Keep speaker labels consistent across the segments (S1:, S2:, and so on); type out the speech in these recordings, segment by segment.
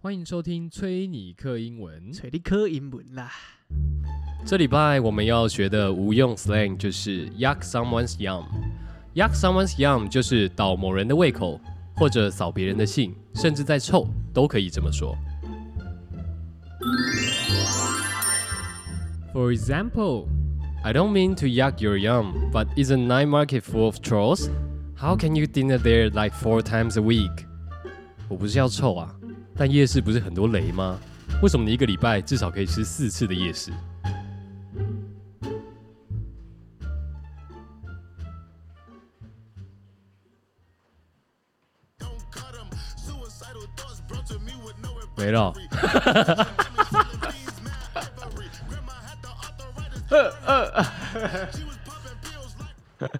S1: 欢迎收听崔尼克英文。
S2: 找你考英文啦。
S1: 这礼拜我们要学的无用 slang 就是 yuck someone's yum。yuck someone's yum 就是倒某人的胃口，或者扫别人的兴，甚至在臭都可以这么说。For example, I don't mean to yuck your yum, but is a night market full of trolls? How can you dinner there like four times a week? 我不是要臭啊，但夜市不是很多雷吗？为什么你一个礼拜至少可以吃四次的夜市？没了。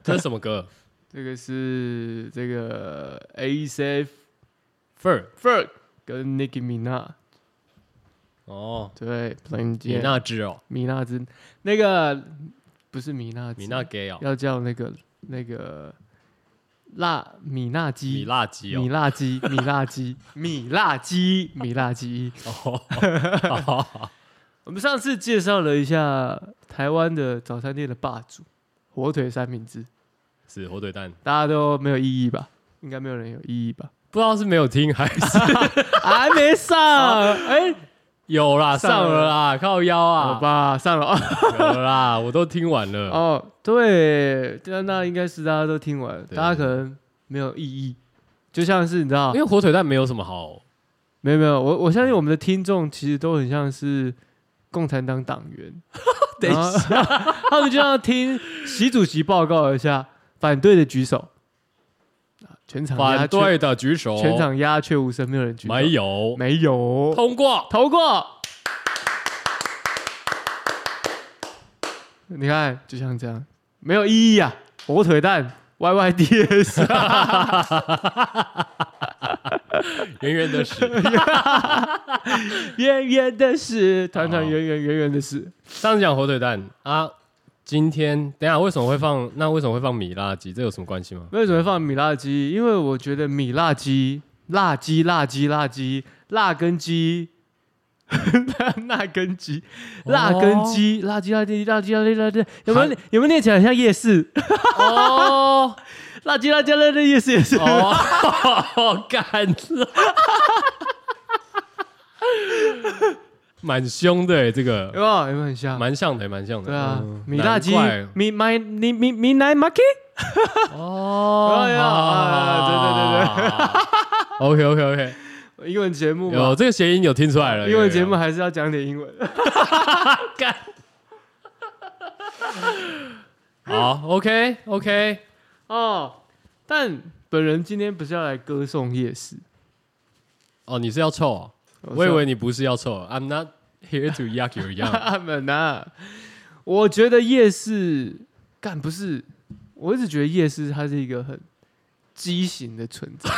S1: 这是什么歌
S2: 这个是这个 ASAF
S1: ？Fur
S2: Ferg 跟 Nicki Minaj
S1: 哦，
S2: 对 Plain
S1: 米
S2: Jane
S1: 娜之哦，
S2: 米娜之那个不是米娜之
S1: 米娜 gay 哦，
S2: 要叫那个那个辣米娜
S1: 米
S2: 鸡。
S1: 辣鸡
S2: 米
S1: 哦。
S2: 辣鸡，米 辣鸡，米辣鸡，米辣鸡。
S1: 哦好好
S2: 我们上次介绍了一下台湾的早餐店的霸主——火腿三明治，
S1: 是火腿蛋，
S2: 大家都没有异议吧？应该没有人有异议 吧？
S1: 不知道是没有听还是
S2: 还没上，哎、
S1: 有啦，
S2: 上了
S1: 上了啦，靠腰
S2: 好
S1: 啊，
S2: 吧，上了哦
S1: 有了啦，我都听完了。
S2: 哦，对，那那应该是大家都听完，
S1: 对
S2: 大家可能没有异议，就像是你知道
S1: 因，为火腿蛋没有什么好，
S2: 没有没有，我我相信我们的听众其实都很像是共产党党员，
S1: 等一
S2: 下， 他们就要听习主席报告一下，反对的举手，啊全场
S1: 反
S2: 鸦雀，
S1: 对的举手，
S2: 全场鸦雀无声，没有人举手，
S1: 没有
S2: 没有，
S1: 通过。
S2: 投过。你看，就像这样，没有意义啊！火腿蛋 Y Y D S，
S1: 圆圆 的屎。
S2: 圆圆的是，团团圆圆，圆圆的是。
S1: 上次讲火腿蛋啊，今天等一下为什么会放？那为什么会放米辣鸡？这有什么关系吗？
S2: 为什么放米辣鸡？因为我觉得米辣鸡、辣鸡、辣鸡、辣鸡、辣根鸡、 辣根鸡、辣根鸡、辣鸡、辣鸡、辣鸡、辣鸡、辣鸡，有没有
S1: 韩
S2: 有没有念起来很像夜市？
S1: 哦
S2: 辣鸡、辣鸡、辣鸡、夜市、夜市。
S1: 哦，干 了，蛮凶的欸这
S2: 有
S1: 个，
S2: 没有？有没有很像？
S1: 蛮像的，蛮像的。
S2: 对啊
S1: 嗯，
S2: 米辣鸡
S1: 难怪，
S2: 米麦米米米奶 market，
S1: 哦
S2: 哎呀啊
S1: 对对对对。OK OK OK，
S2: 英文节目嘛
S1: 有，这个谐音有听出来了。
S2: 英文节目
S1: 有有
S2: 还是要讲点英文。
S1: 有干。好，OK OK，
S2: 哦，但本人今天不是要来歌颂夜市，
S1: 哦，你是要臭哦？我以为 你不是要臭，I'm 哦 not here to yuck your yum。
S2: 他们呐，我觉得夜市干不是，我一直觉得夜市它是一个很畸形的存在。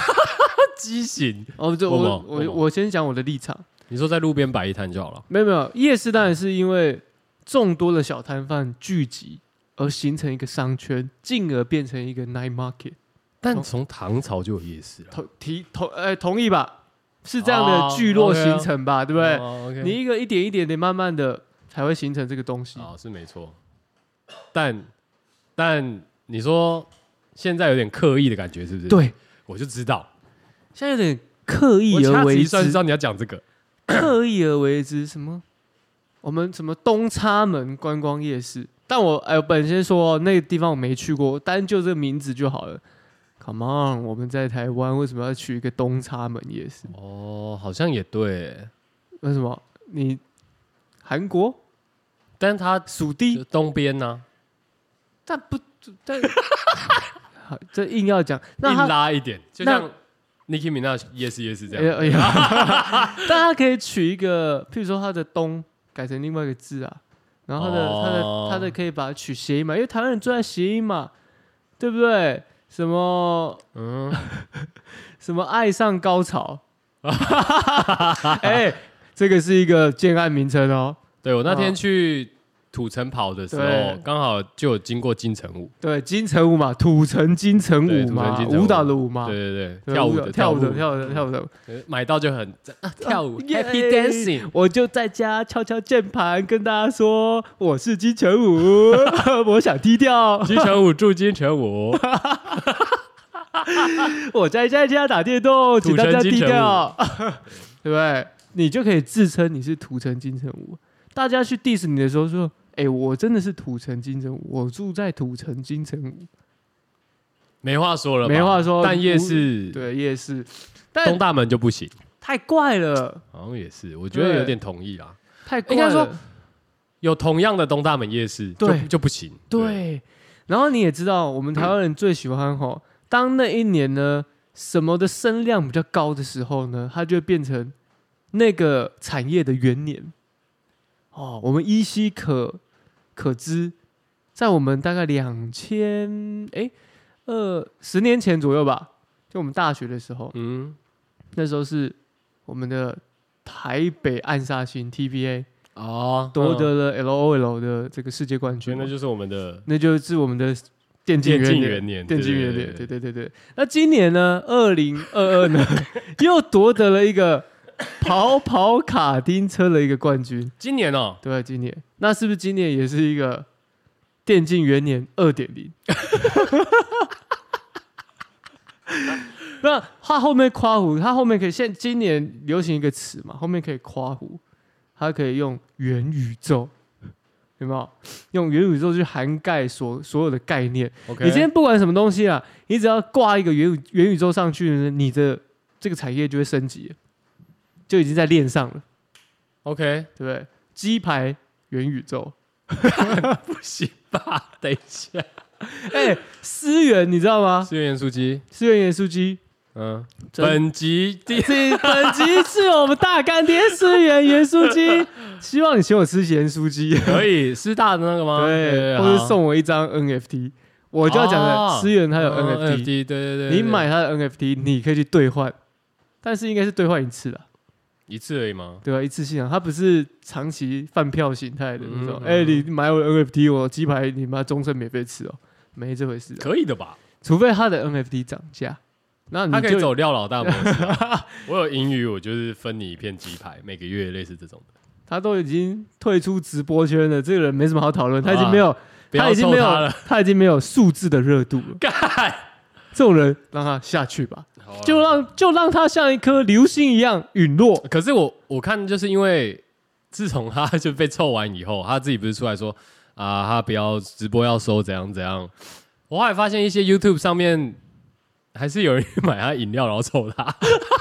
S1: 畸形，
S2: 哦，这
S1: 为什
S2: 我
S1: 么为什
S2: 我
S1: 么
S2: 我先讲我的立场，
S1: 你说在路边摆一摊就好了。
S2: 没有没有，夜市当然是因为众多的小摊贩聚集而形成一个商圈，进而变成一个 night market。
S1: 但从唐朝就有夜市了，
S2: 同提同呃同意吧？是这样的
S1: 哦
S2: 聚落
S1: OK 啊
S2: 形成吧，对不对？
S1: 哦，OK
S2: 你一个一点一点点慢慢的才会形成这个东西。
S1: 啊是没错，但但你说现在有点刻意的感觉，是不是？，
S2: 对，
S1: 我就知道，
S2: 现在有点刻意
S1: 我
S2: 而
S1: 掐指
S2: 为
S1: 一算知
S2: 之，
S1: 道你要讲这个。
S2: 刻意而为之什么？我们什么东叉门观光夜市？但我哎，我本身说哦那个地方我没去过，单就这个名字就好了。Come on，我们在台湾为什么要取一个东叉门夜市？
S1: 哦，好像也对，
S2: 为什么？你韩国
S1: 但它
S2: 属地
S1: 就东边啊呢，
S2: 但不但 好这硬要讲，那
S1: 硬
S2: 他
S1: 拉一点，就
S2: 那
S1: 像 Nicki Minaj 夜市夜市这
S2: 哎
S1: 样。
S2: 呀哎呀， 但他可以取一个，譬如说他的东改成另外一个字啊，然后他的、
S1: 哦
S2: 他的他的可以把它取谐音嘛，因为台湾人最爱谐音嘛，对不对？什么
S1: 嗯，
S2: 什么爱上高潮， 哎、这个是一个建案名称哦，
S1: 对我那
S2: 哦
S1: 天去土城跑的时候
S2: 对，
S1: 刚好就有经过金城武，
S2: 对，金城武嘛，土城金城
S1: 对
S2: 武
S1: 土城
S2: 嘛，
S1: 金城武
S2: 舞蹈的舞嘛，
S1: 对对对，
S2: 对
S1: 跳舞的
S2: 跳舞的
S1: 的
S2: 跳舞的跳舞的，
S1: 呃买到就很啊跳 舞
S2: 耶
S1: ，Happy Dancing，
S2: 我就在家敲敲键盘，跟大家说我是金城 武， 我想踢掉。
S1: 金城武祝金城武，
S2: 我在在家打电动，
S1: 土城
S2: 请大家
S1: 金
S2: 低
S1: 城
S2: 调，对不对？你就可以自称你是土城金城武。大家去 diss 你的时候说：“哎、我真的是土城金城武，我住在土城金城武。
S1: 没话说了吧，
S2: 没话说
S1: 但夜市”
S2: 对，夜市，
S1: 东
S2: 但
S1: 大门就不行，
S2: 太怪了，
S1: 好像也是，我觉得
S2: 对
S1: 有点同意啦。
S2: 太怪
S1: 应
S2: 了。
S1: 该说有同样的东大门夜市，就
S2: 对
S1: 就不行。
S2: 对，然后你也知道，我们台湾人最喜欢吼，当那一年呢，什么的声量比较高的时候呢，它就会变成那个产业的元年。哦，我们依稀可可知，在我们大概两千哎呃十年前左右吧，就我们大学的时候，
S1: 嗯，
S2: 那时候是我们的台北暗杀星 TBA
S1: 哦，
S2: 夺
S1: 嗯，
S2: 得了 LOL 的这个世界冠军
S1: 原
S2: 嘛，
S1: 来就是我们的
S2: 那就是我们的电竞
S1: 电竞
S2: 元
S1: 元年，
S2: 电竞元
S1: 对
S2: 年，对，对对对。那今年呢，二零二 二呢，又夺得了一个 跑跑卡丁车的一个冠军，
S1: 今年哦，
S2: 对吧？今年，那是不是今年也是一个电竞元年二点零？ 那他后面夸胡，他后面可以现今年流行一个词嘛，后面可以夸胡，他可以用元宇宙，有没有？用元宇宙去涵盖所所有的概念。
S1: OK，
S2: 你今天不管什么东西啊，你只要挂一个元宇元宇宙上去呢，你的这个产业就会升级了，就已经在链上了，
S1: OK
S2: 对不对？鸡排元宇宙，
S1: 不行 吧？等一下，
S2: 哎、思源你知道吗？
S1: 思源盐酥鸡，
S2: 思源盐酥 鸡，
S1: 嗯，
S2: 真
S1: 本集 第
S2: 这本集是我们大干爹思源盐酥鸡，希望你请我吃盐酥鸡，
S1: 可以啊师大的那个吗？
S2: 对，或
S1: 好
S2: 是送我一张 NFT，我就要讲
S1: 哦
S2: 的思源它有
S1: 嗯
S2: NFT，
S1: 对对对，对
S2: 你买它的 NFT，你可以去兑换，但是应该是兑换一次啦。
S1: 一次而已吗？
S2: 对啊，一次性啊，它不是长期饭票形态的那种
S1: 嗯。
S2: 哎、你买我的 NFT，我鸡排你妈终身免费吃哦，没这回事、啊。
S1: 可以的吧？
S2: 除非它的 NFT 涨价，那你
S1: 他可以
S2: 就
S1: 走廖老大模式啊。 我有盈余，我就是分你一片鸡排，每个月类似这种的。
S2: 他都已经退出直播圈了，这个人没什么好讨论，他已经没有，
S1: 啊不要
S2: 已经
S1: 抽
S2: 没有
S1: 他了，
S2: 他已经没有数字的热度了。
S1: 干！
S2: 这种人让他下去吧，
S1: 好啊
S2: 就让就让他像一颗流星一样陨落。
S1: 可是我我看就是因为自从他就被臭完以后，他自己不是出来说啊，他不要直播要收怎样怎样。我后来发现一些 YouTube 上面还是有人去买他饮料然后臭他，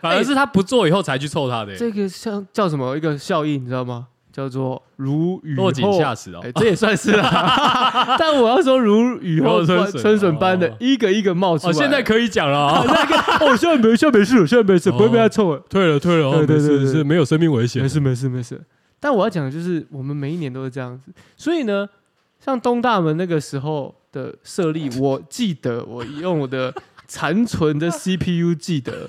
S1: 反而是他不做以后才去臭他的、欸，
S2: 这个像叫什么一个效应，你知道吗？叫做如雨
S1: 落
S2: 后
S1: 井下石哦、
S2: 哎、这也算是啦。 但我要说，如雨
S1: 雨
S2: 后
S1: 后
S2: 春
S1: 春笋
S2: 春笋般的
S1: 哦
S2: 一个一个冒出来。
S1: 哦，现在可以讲了啊、
S2: 哦，现在没，现在没事了，现在没事，
S1: 哦
S2: 不会被他臭了。
S1: 退了退了，哦
S2: 对对对对
S1: 没有生命危
S2: 没。事没事没事。但我要讲的就是，我们每一年都是这样子，所以呢，像东大门那个时候的设立，我记得我用我的残存的 CPU 记得，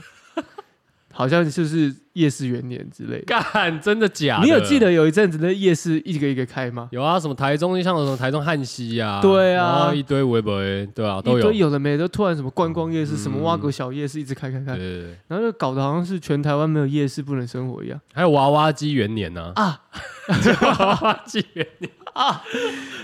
S2: 好像就是夜市元年之 类的。
S1: 干，真的假的？
S2: 你有记？得有一阵子的夜市一个一个开吗？
S1: 有啊，什么台中像什么台中汉西呀、
S2: 对啊
S1: 然后一堆微博，对啊，都有，
S2: 一堆有的没的，突然什么观光夜市、什么
S1: 嗯
S2: 挖狗小夜市，一直开开
S1: 对
S2: 开，
S1: 对对，
S2: 然后就搞得好像是全台湾没有夜市不能生活一样
S1: 还有娃娃机元年呢、
S2: 啊！
S1: 娃娃机元年，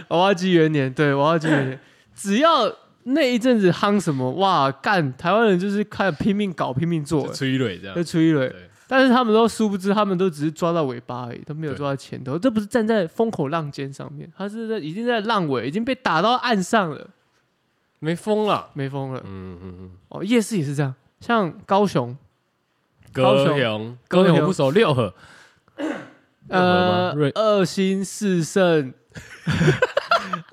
S2: 娃娃机元年，对娃娃机元年， 只要那一阵子夯什么哇干，台湾人就是开始拼命搞、拼命做
S1: 就，催泪这样
S2: 就。吹了。
S1: 对，
S2: 但是他们都殊不知，他们都只是抓到尾巴而已，都没有抓到前头。这不是站在风口浪尖上面，他是在已经在浪尾，已经被打到岸上了，
S1: 没风了。
S2: 没风了。
S1: 嗯嗯嗯，
S2: 哦，夜市也是这样，像高雄，高
S1: 高
S2: 雄
S1: 雄，
S2: 高
S1: 高雄
S2: 雄
S1: 不熟六合，任何
S2: 呃
S1: 吗瑞，
S2: 二星四胜，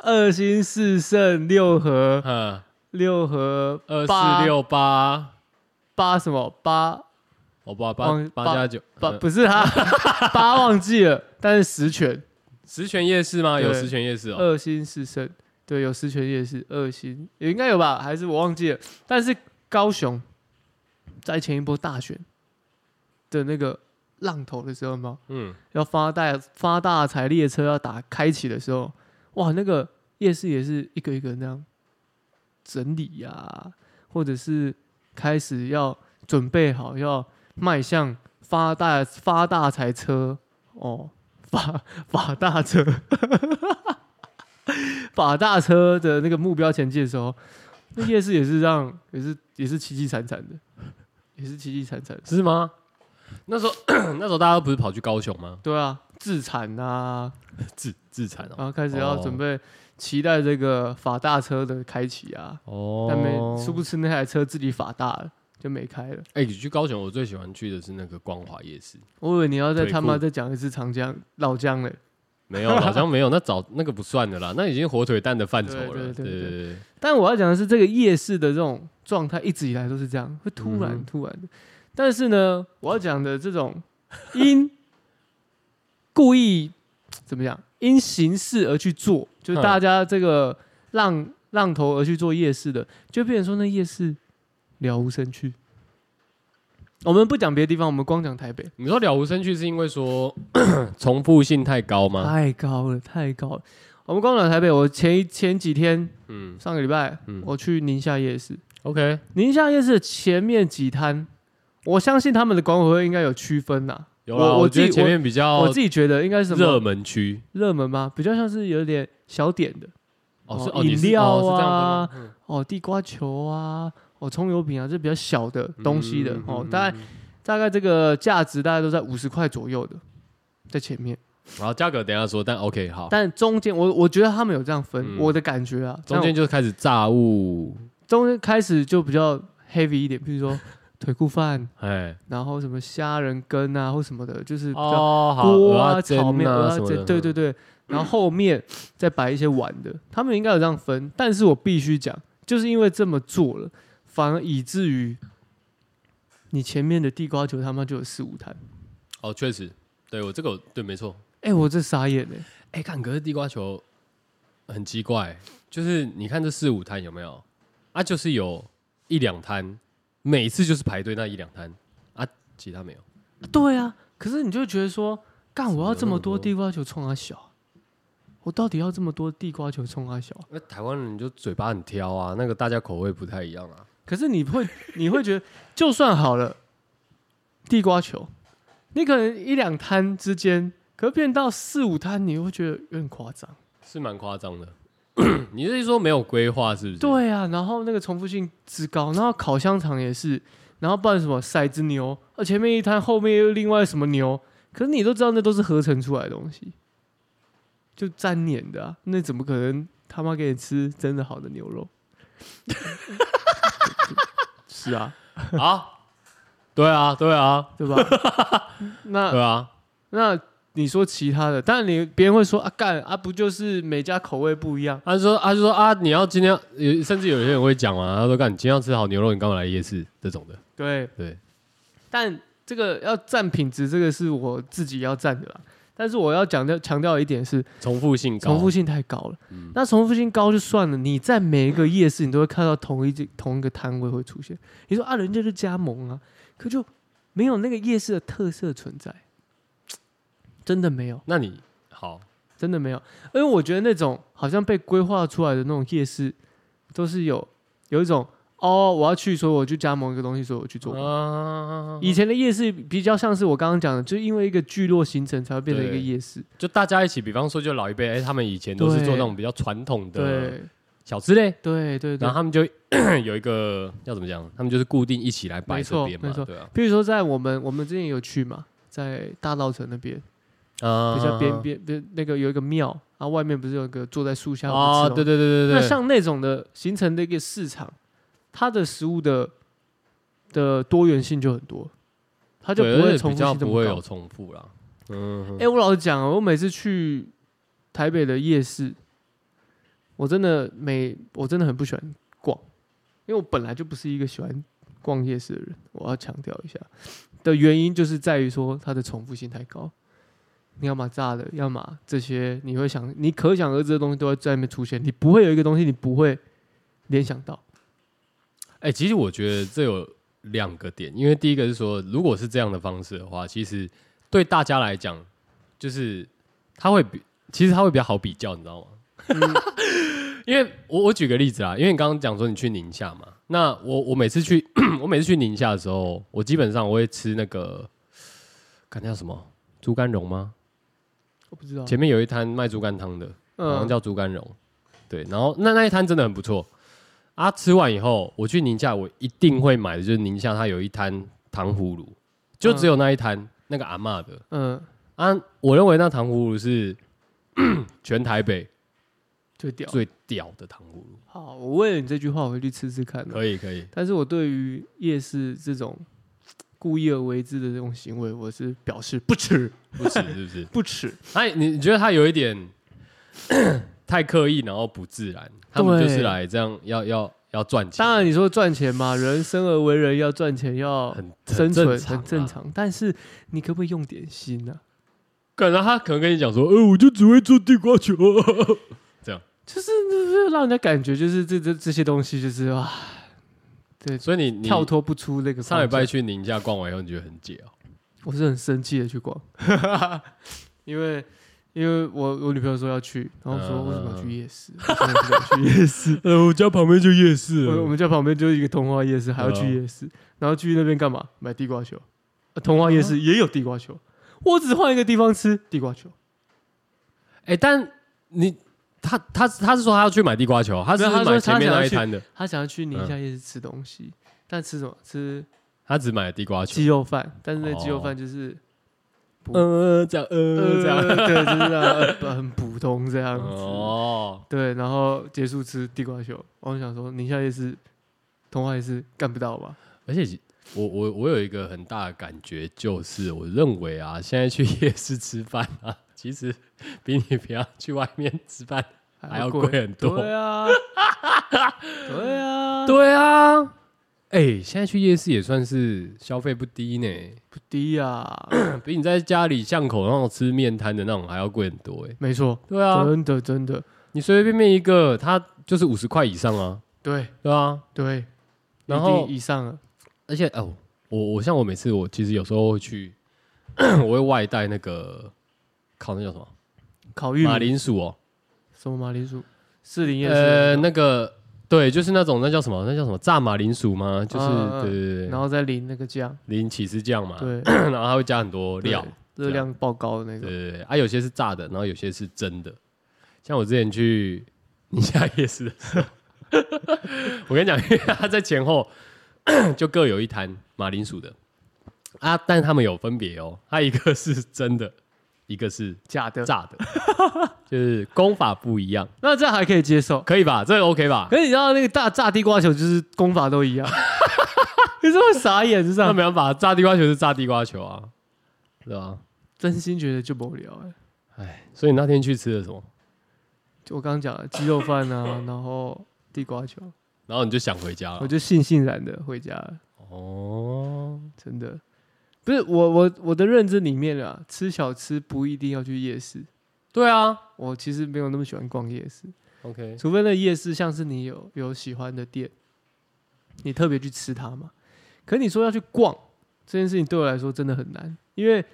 S2: 二星四胜六合，
S1: 嗯，
S2: 六合
S1: 二
S2: 八
S1: 四六八，
S2: 八什么八
S1: 我不知道
S2: 忘
S1: 八八加九，
S2: 八
S1: 嗯
S2: 不是他 八忘记了，但是十全
S1: 十全夜市吗？有
S2: 对
S1: 十全夜市哦。
S2: 二星四胜，对，有十全夜市二星也应该有吧，还是我忘记了。但是高雄在前一波大选的那个浪头的时候吗？
S1: 嗯，
S2: 要发大发大财列车要打开启的时候，哇，那个夜市也是一个一个那样整理呀、或者是开始要准备好要迈向发大发大财车哦， 发发大车， 发大车的那个目标前进的时候，那夜市也是让也是也是凄凄惨惨的，也是凄凄惨惨的。
S1: 是吗？那时候 那时候大家不是跑去高雄吗？
S2: 对啊，自产啊，
S1: 自自残
S2: 然
S1: 哦。
S2: 后开始要
S1: 哦
S2: 准备期待这个法大车的开启啊，
S1: 哦，
S2: 但没殊不知那台车自己法大了，就没开了。
S1: 哎、你去高雄，我最喜欢去的是那个光华夜市。
S2: 我以为你要再
S1: 腿
S2: 他妈
S1: 裤
S2: 再讲一次长江老姜嘞，
S1: 没有，好像没有，那早那个不算的啦，那已经火腿蛋的范畴了。
S2: 对对对
S1: 对
S2: 对
S1: 对，
S2: 但我要讲的是这个夜市的这种状态一直以来都是这样，会突然、
S1: 嗯哼
S2: 突然的。但是呢，我要讲的 这种因故意怎么讲，因形式而去做，就是
S1: 嗯
S2: 大家这个浪浪头而去做夜市的，就变成说那夜市了无生趣。我们不讲别的地方，我们光讲台北，
S1: 你说了无生趣是因为说 重复性太高吗？
S2: 太高了，太高了。我们光讲台北，我前一前几天
S1: 嗯
S2: 上个礼拜，
S1: 嗯
S2: 我去宁夏夜市，
S1: ，OK，
S2: 宁夏夜市的前面几摊，我相信他们的管委会应该有区分呐、
S1: 有
S2: 我
S1: 啦，
S2: 我
S1: 我
S2: 自
S1: 觉
S2: 己
S1: 得前面比较
S2: 我自己觉得应该是什
S1: 哦热
S2: 么
S1: 门区。
S2: 热门吗？比较像是有点小点的
S1: 哦，
S2: 哦
S1: 是哦，
S2: 饮
S1: 你是
S2: 料
S1: 哦是这样
S2: 啊
S1: 分吗
S2: 哦，地瓜球啊，哦，葱油饼啊，这比较小的
S1: 嗯
S2: 东西的、
S1: 嗯
S2: 哦
S1: 嗯，
S2: 大概
S1: 嗯
S2: 大概这个价值大概都在五十块左右的，在前面，
S1: 好，价格等一下说，但 OK 好，
S2: 但中间我我觉得他们有这样分，
S1: 嗯
S2: 我的感觉啊，
S1: 中间
S2: 但
S1: 就开始炸物，
S2: 中间开始就比较 heavy 一点，比如说腿骨饭，
S1: 哎，
S2: 然后什么虾仁羹啊或什么的，就是比较。
S1: 哦，好，
S2: 锅
S1: 蚵
S2: 啊、
S1: 仔煎
S2: 炒面、
S1: 啊什
S2: 蚵仔
S1: 么的，
S2: 煎，对对对，然后后面再摆一些碗的，他们应该有这样分，但是我必须讲，就是因为这么做了，反而以至于你前面的地瓜球他妈就有四五摊，
S1: 哦，确实，对我这个我对没错，
S2: 哎、我这傻眼哎、
S1: 哎、看，可是地瓜球很奇怪，就是你看这四五摊有没有啊？就是有一两摊，每次就是排队那一两摊啊，其他没有。
S2: 对啊，可是你就会觉得说，干我要
S1: 怎
S2: 这
S1: 么有那
S2: 么
S1: 么多
S2: 多地瓜球冲他小，我到底要这么多地瓜球冲他小？
S1: 那台湾人就嘴巴很挑啊，那个大家口味不太一样啊。
S2: 可是你会 你会觉得，就算好了，地瓜球，你可能一两摊之间，可是变到四五摊，你会觉得有点夸张。
S1: 是蛮夸张的。 你是说没有规划是不是？，
S2: 对啊，然后那个重复性之高，然后烤香肠也是，然后不然什么骰子牛，啊前面一摊，后面又另外什么牛，可是你都知道那都是合成出来的东西，就粘黏的啊，那怎么可能他妈给你吃真的好的牛肉？ 是啊，
S1: 啊，对啊，对啊，
S2: 对吧？ 那
S1: 对啊，
S2: 那你说其他的，但你别人会说啊干啊，不就是每家口味不一样？
S1: 他就说，他就说啊，你要今天，有甚至有些人会讲啊嘛，他说干，你今天要吃好牛肉，你干嘛来夜市这种的，
S2: 对，
S1: 对，
S2: 但这个要占品质，这个是我自己要占的啦。但是我要讲的强调一点是，
S1: 重复性高，啊嗯
S2: 重复性太高了。那重复性高就算了，你在每一个夜市，你都会看到同一间同一个摊位会出现。你说啊，人家就加盟啊，可就没有那个夜市的特色存在，真的没有。
S1: 那你好，
S2: 真的没有，因为我觉得那种好像被规划出来的那种夜市，都是有有一种哦，我要去，所以我去加盟一个东西，所以我去做。
S1: 啊
S2: 以前的夜市比较像是我刚刚讲的，就是因为一个聚落形成才会变成一个
S1: 对
S2: 夜市。
S1: 就大家一起，比方说就老一辈，哎、他们以前都是
S2: 对
S1: 做那种比较传统的
S2: 对
S1: 小吃类，
S2: 对对
S1: 然后
S2: 对。
S1: 他们就 有一个要怎么讲，他们就是固定一起来摆
S2: 没
S1: 这
S2: 错
S1: 边嘛
S2: 没，错
S1: 对啊，
S2: 比如说在我们我们之前有去嘛，在大稻城那边
S1: 啊
S2: 比较边边边那个有一个庙，然后外面不是有一个坐在树下
S1: 啊，对对对对对，
S2: 那像那种的形成的一个市场，它的食物的的多元性就很多，它就
S1: 对
S2: 不
S1: 而且
S2: 会重
S1: 比
S2: 复
S1: 较
S2: 性这
S1: 不
S2: 么
S1: 会有
S2: 高。
S1: 重复啦，嗯
S2: 哎、，我老实讲哦，我每次去台北的夜市，我真的每我真的很不喜欢逛，因为我本来就不是一个喜欢逛夜市的人。我要强调一下的原因，就是在于说它的重复性太高。你要么炸的，要么这些，你会想，你可想而知的东西都会在那边出现，你不会有一个东西你不会联想到。
S1: 哎、其实我觉得这有两个点，因为第一个是说，如果是这样的方式的话，其实对大家来讲，就是它会比，其实它会比较好比较，你知道吗？ 因为我我举个例子啊啦，因为你刚刚讲说你去宁夏嘛，那我我每次去 我每次去宁夏的时候，我基本上我会吃那个，看叫什么猪肝蓉吗？
S2: 我不知道，
S1: 前面有一摊卖猪肝汤的，好像
S2: 嗯，
S1: 叫猪肝蓉，对，然后那那一摊真的很不错啊。吃完以后，我去宁夏，我一定会买的就是宁夏它有一摊糖葫芦，就只有那一摊、那个阿嬷的
S2: 嗯，
S1: 啊。我认为那糖葫芦是 全台北
S2: 最屌。
S1: 最屌的糖葫芦，
S2: 好，我为了你这句话，我回去吃吃看。啊
S1: 可以可以，
S2: 但是我对于夜市这种故意而为之的这种行为，我是表示不耻，
S1: 不止是 不是？
S2: 不耻。
S1: 哎，你你觉得他有一点 太刻意，然后不自然，他们就是
S2: 对
S1: 来这样要要要赚钱，
S2: 当然，你说赚钱嘛，人生而为人要赚钱，要
S1: 很
S2: 生存
S1: 正常啊
S2: 很正。常。但是你可不可以用点心啊呢、
S1: 可能他可能跟你讲说，呃，我就只会做地瓜球、
S2: 就是就是让人家感觉就是这这这些东西就是哇，
S1: 所以你你
S2: 跳脱不出那个
S1: 上礼
S2: 框
S1: 拜
S2: 架
S1: 去宁夏逛完以后，你觉得很解哦、
S2: 我是很生气的 去逛，因为因为我我女朋友说要去，然后我说
S1: 嗯。
S2: 为什么要去夜市？我真的不想去夜市
S1: 呃，我家旁边就夜市
S2: 我我们家旁边就是一个童话夜市，还要去夜市，然后去那边干嘛？买地瓜球。啊童话夜市也有地瓜球，我只换一个地方吃地瓜球。
S1: 哎、但你他他他是说他要去买地瓜球，他只
S2: 没
S1: 是
S2: 有他说
S1: 买前面
S2: 他想要
S1: 那一
S2: 去
S1: 摊的，
S2: 她想要去宁夏夜市吃东西，但吃什么？吃
S1: 他只买了地瓜球
S2: 鸡。肉饭，但是那鸡肉
S1: 哦
S2: 饭就是
S1: 嗯，这样，
S2: 呃，
S1: 嗯，这样。
S2: 对，就是这样 呃很普通这样子。
S1: 哦，
S2: 对，然后结束吃地瓜球，我就想说宁夏夜市、童话夜市干不到吧？
S1: 而且我我我有一个很大的感觉，就是我认为啊，现在去夜市吃饭啊， 其实比你平常去外面吃饭还要贵很多
S2: 对啊，对啊，
S1: 对啊，哎、现在去夜市也算是消费不低呢，
S2: 不低 啊，
S1: 比你在家里巷口那种吃面摊的那种还要贵很多哎、
S2: 没错，
S1: 对啊，
S2: 真的真的，
S1: 你随随便便一个，它就是五十块以上啊，
S2: 对
S1: 对啊。
S2: 对，
S1: 然后
S2: 一定以上了，
S1: 而且哦，我我像我每次我其实有时候会去， 我会外带那个烤那叫什么
S2: 烤玉
S1: 马
S2: 米，
S1: 铃薯哦，
S2: 什么马铃薯，士林夜
S1: 呃，
S2: 市，
S1: 那个对，就是那种那叫什么那叫什么炸马铃薯吗？就是、
S2: 嗯嗯嗯
S1: 对对
S2: 然
S1: 对，
S2: 后再淋那个酱，
S1: 淋起司酱嘛，
S2: 对，
S1: 然后它会加很多料，
S2: 对热量爆高的那
S1: 对
S2: 个，
S1: 对对，啊，有些是炸的，然后有些是真的。像我之前去宁夏夜市的时候， 我跟你讲，因为 他在前后 就各有一摊马铃薯的啊，但他们有分别哦，它一个是真的，一个是
S2: 假的，
S1: 炸的， 就是功法不一样，
S2: 那这样还可以接受。
S1: 可以吧？这个 OK 吧？
S2: 可是你知道那个大炸地瓜球就是功法都 一样，你是会傻眼是
S1: 那
S2: 吧？
S1: 没办法，炸地瓜球是炸地瓜球啊，对吧？
S2: 真心觉得就无聊哎、
S1: 所以你那天去吃了什么？
S2: 就我刚刚讲的鸡肉饭 啊，然后地瓜球，
S1: 然后你就想回家了
S2: 我就悻悻然的回家了，
S1: 哦，
S2: 真的。不是我我我的认知里面啊，吃小吃不一定要去夜市，
S1: 对啊
S2: 我其实没有那么喜欢逛夜市，
S1: ，OK，
S2: 除非那夜市像是你有有喜欢的店，你特别去吃它嘛。可你说要去逛这件事情对我来说真的很难，因为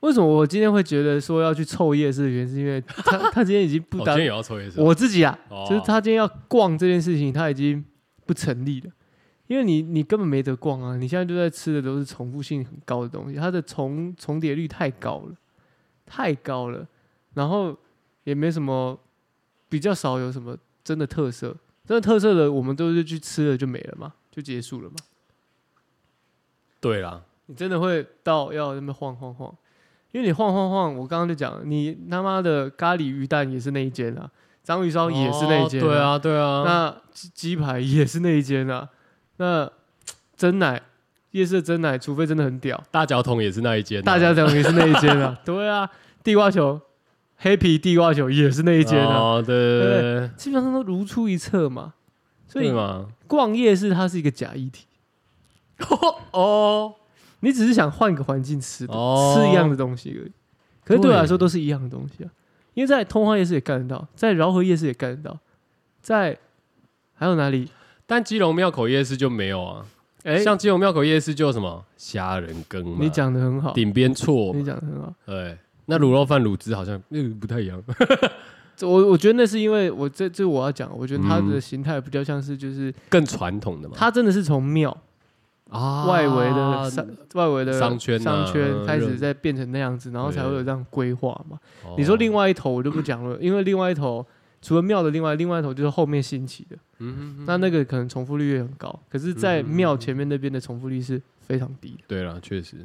S2: 为什么我今天会觉得说要去凑夜市的原因，是因为 他他今天已经
S1: 我
S2: 不
S1: 今
S2: 单
S1: 天也要抽夜市啊。
S2: 我自己啊，
S1: 哦
S2: 就是他今天要逛这件事情，他已经不成立了，因为你你根本没得逛啊，你现在就在吃的都是重复性很高的东西，它的重重叠率太高了，太高了，然后也没什么比较少有什么真的特色，真的特色的我们都是去吃了就没了嘛，就结束了嘛，
S1: 对啦，
S2: 你真的会到要那么晃晃晃，因为你晃晃晃，我刚刚就讲了，你他妈的咖喱鱼蛋也是那一间啊，章鱼烧也是那一间、
S1: 哦对。啊，对啊。
S2: 那鸡鸡排也是那一间啊。 那真奶夜市的真奶，除非真的很屌，
S1: 大脚桶也是那一间啊、
S2: 大家讲也是那一间 啊。对啊，地瓜球黑皮地瓜球也是那一间啊，
S1: 哦，对对对对，
S2: 基本上都如出一辙嘛。所以
S1: 对嘛？
S2: 逛夜市它是一个假议题，
S1: 哦，
S2: 你只是想换个环境吃的，
S1: 哦
S2: 吃一样的东西而已。可是对
S1: 对
S2: 我来说都是一样的东西啊，因为在通化夜市也干得到，在饶河夜市也干得到，在还有哪里？
S1: 但基隆庙口夜市就没有啊。
S2: 哎，
S1: 像基隆庙口夜市就有什么虾仁羹嘛，
S2: 你讲嗯的很好，
S1: 顶边错嘛，
S2: 你讲的很好。
S1: 对，那卤肉饭卤汁好像那个不太一样，
S2: 这我我觉得那是因为我这这我要讲，我觉得它的
S1: 嗯
S2: 形态比较像是就是
S1: 更传统的嘛，
S2: 它真的是从庙
S1: 啊
S2: 外围的商外围的
S1: 商圈啊
S2: 商圈
S1: 嗯
S2: 开
S1: 热
S2: 始在变成那样子，然后才会有这样规划嘛。
S1: 哦
S2: 你说另
S1: 外，
S2: 外一头我就不讲了，因为另外一头除了庙的另外另外一头就是后面兴起的，
S1: 嗯
S2: 那那个可能重复率也很高，可是，在庙前面那边的重复率是非常低的，
S1: 对了，确实，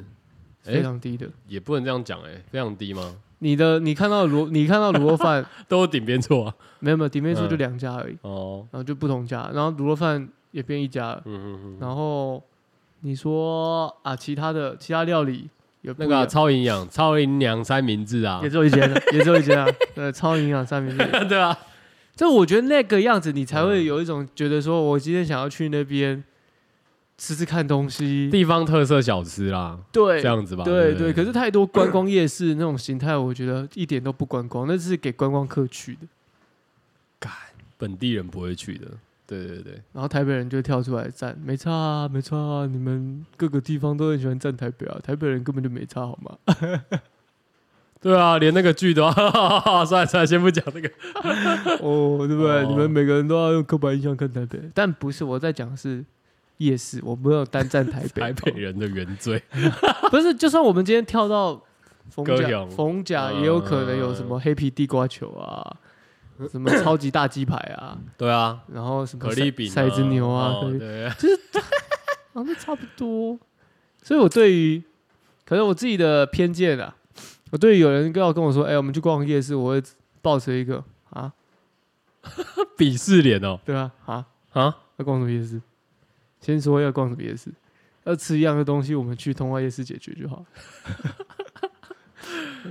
S1: 哎
S2: 非常低的。
S1: 也不能这样讲，哎，非常低吗？
S2: 你的你看到卤你看到卤 肉饭
S1: 都有顶边错啊，
S2: 没有没有，底面处就
S1: 嗯
S2: 两家而已，
S1: 哦，
S2: 然后就不同家，然后卤肉饭也变一家了，
S1: 嗯嗯嗯，
S2: 然后你说啊其他的其他料理有不
S1: 那
S2: 一
S1: 个啊
S2: 样
S1: 超营养超营养三明治啊
S2: 也，只有一间了，也只有一间啊，对，超营养三明治。
S1: 对啊，
S2: 这我觉得那个样子，你才会有一种觉得说，我今天想要去那边吃吃看东西。
S1: 地方特色小吃啦，
S2: 对，
S1: 这样子吧，
S2: 对
S1: 不
S2: 对。可是太多观光夜市那种形态，我觉得一点都不观光，那是给观光客去的。
S1: 本地人不会去的，对对对，
S2: 然后台北人就跳出来站，没差啊，没差啊，你们各个地方都很喜欢站台北啊，台北人根本就没差好吗？
S1: 对啊，连那个剧都要， 算了算了，先不讲那个，
S2: 哦，对不对？
S1: 哦
S2: 你们每个人都要用刻板印象看台北，但不是我在讲的是夜市，我没有单站台北，
S1: 台北人的原罪，
S2: 不是，就算我们今天跳到逢
S1: 高
S2: 甲，
S1: 雄呃
S2: 逢甲也有可能有什么黑皮地瓜球 啊，什么超级大鸡排啊，
S1: 对啊，
S2: 然后什么
S1: 可丽饼啊、
S2: 骰骰子牛啊，
S1: 哦
S2: 可丽
S1: 对，
S2: 好像都差不多。所以我对于，可能我自己的偏见啊，我对于有人要跟我说，哎、我们去逛夜市，我会抱持一个啊，
S1: 鄙视脸 哦，
S2: 对啊，啊，
S1: 啊，
S2: 要逛什么夜市？先说要逛什么夜市，要吃一样的东西，我们去通化夜市解决就好。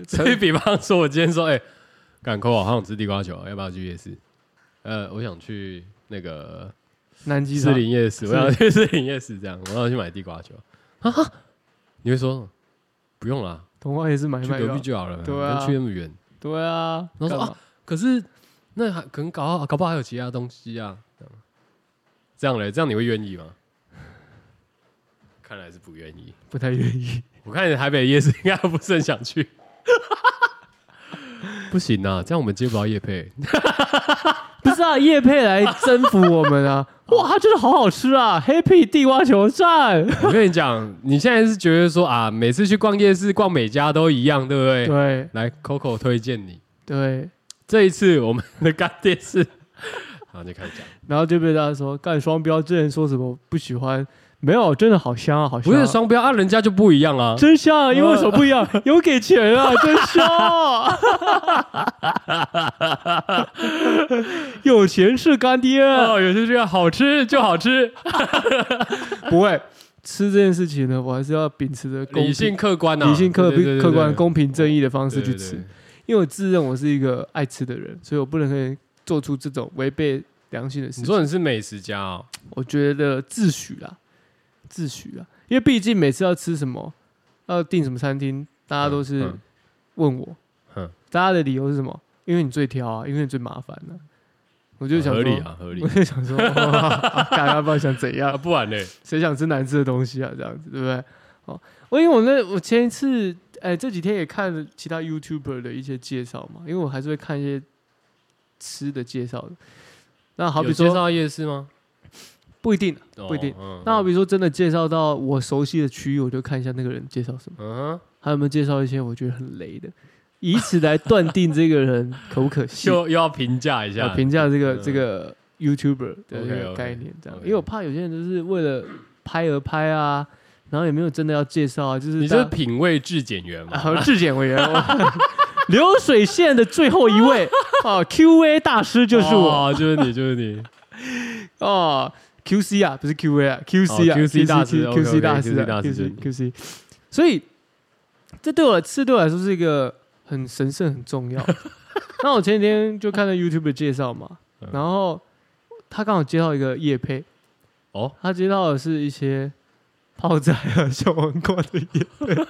S1: 所以比方说，我今天说，哎、赶扣啊，好想吃地瓜球，要不要去夜市？呃，我想去那个
S2: 南极
S1: 士
S2: 市里
S1: 林夜市，我想去士林夜市，这样，我要去买地瓜球啊，你会说不用啦，
S2: 通化夜市买一
S1: 去
S2: 买就
S1: 隔
S2: 好
S1: 壁就好了，
S2: 对啊
S1: 跟去那么远。
S2: 对啊，
S1: 然后说
S2: 干嘛
S1: 啊可是那还可能搞好搞不好还有其他东西啊，这样这样嘞，这样你会愿意吗？看来是不愿意。
S2: 不太愿意。
S1: 我看你台北夜市应该不是很想去， 不行啊，这样我们接不到叶配。
S2: 不是啊，叶佩来征服我们啊！ 哇，它真的好好吃啊！Happy 地瓜球站，
S1: 我跟你讲，你现在是觉得说啊，每次去逛夜市、逛每家都一样，对不对？
S2: 对
S1: 来，Coco 推荐你，
S2: 对，
S1: 这一次我们的 干爹是，好，你开始讲。
S2: 然后就被大家说干双标，之前说什么不喜欢，没有，真的好香啊，好香
S1: 不
S2: 啊、
S1: 是双标啊，人家就不一样啊。
S2: 真香啊，因为什么不一样？有给钱 啊，真香、 啊！有钱是干爹，啊
S1: 哦，有些这样好吃就好吃，
S2: 不会吃这件事情呢，我还是要秉持着公
S1: 理
S2: 平
S1: 性、客观啊，
S2: 理性、客
S1: 对对对对
S2: 客观、
S1: 对
S2: 公平、正义的方式
S1: 对
S2: 去
S1: 对
S2: 吃
S1: 对。
S2: 因为我自认我是一个爱吃的人，所以我不能可以做出这种违背良心的事
S1: 你
S2: 情。
S1: 说你是美食家哦，
S2: 我觉得自诩啦，自诩啦，因为毕竟每次要吃什么，要订什么餐厅，大家都是
S1: 嗯
S2: 问我，
S1: 嗯
S2: 大家的理由是什么？因为你最挑啊，因为你最麻烦呢、我就想
S1: 合
S2: 说，
S1: 理啊，合理
S2: 我就想说， 哇啊干要不要想怎
S1: 啊，
S2: 样？
S1: 不然呢？
S2: 谁想吃难吃的东西啊？这样子对不对？哦，我因为我那我前一次，哎，这几天也看了其他 YouTuber 的一些介绍嘛，因为我还是会看一些吃的介绍的。那好比
S1: 有介绍
S2: 说
S1: 到夜市吗？
S2: 不一定，
S1: 哦
S2: 不一定。
S1: 嗯
S2: 那好比说真的介绍到我熟悉的区域，我就看一下那个人介绍什么，
S1: 嗯哼，
S2: 还有没有介绍一些我觉得很雷的，以此来断定这个人可不可信 啊
S1: 又，又要评价一下
S2: 要，评价这个
S1: 嗯
S2: 这个 YouTuber 的这个
S1: OK，OK，
S2: 概念这样。
S1: OK
S2: 因为我怕有些人就是为了拍而拍啊，然后也没有真的要介绍啊，就是
S1: 你
S2: 大
S1: 是
S2: 家
S1: 品味质检员嘛？
S2: 啊，质检委员， 我流水线的最后一位哦，Q&A 大师就是我
S1: 哦， 就是你，就是你
S2: 哦，QC 啊，不是 Q&A 啊，QC
S1: 哦
S2: 啊
S1: QC 大师
S2: ，QC
S1: ，OK，OK，
S2: 大师啊
S1: QC 大师就是你
S2: QC，所以这对我这对我来说是一个很神圣很重 要。那我前几天就看到 YouTube 的介绍嘛
S1: 嗯，
S2: 然后他刚好介绍一个叶配，
S1: 哦，
S2: 他介绍的是一些泡仔啊、小黄瓜的叶配，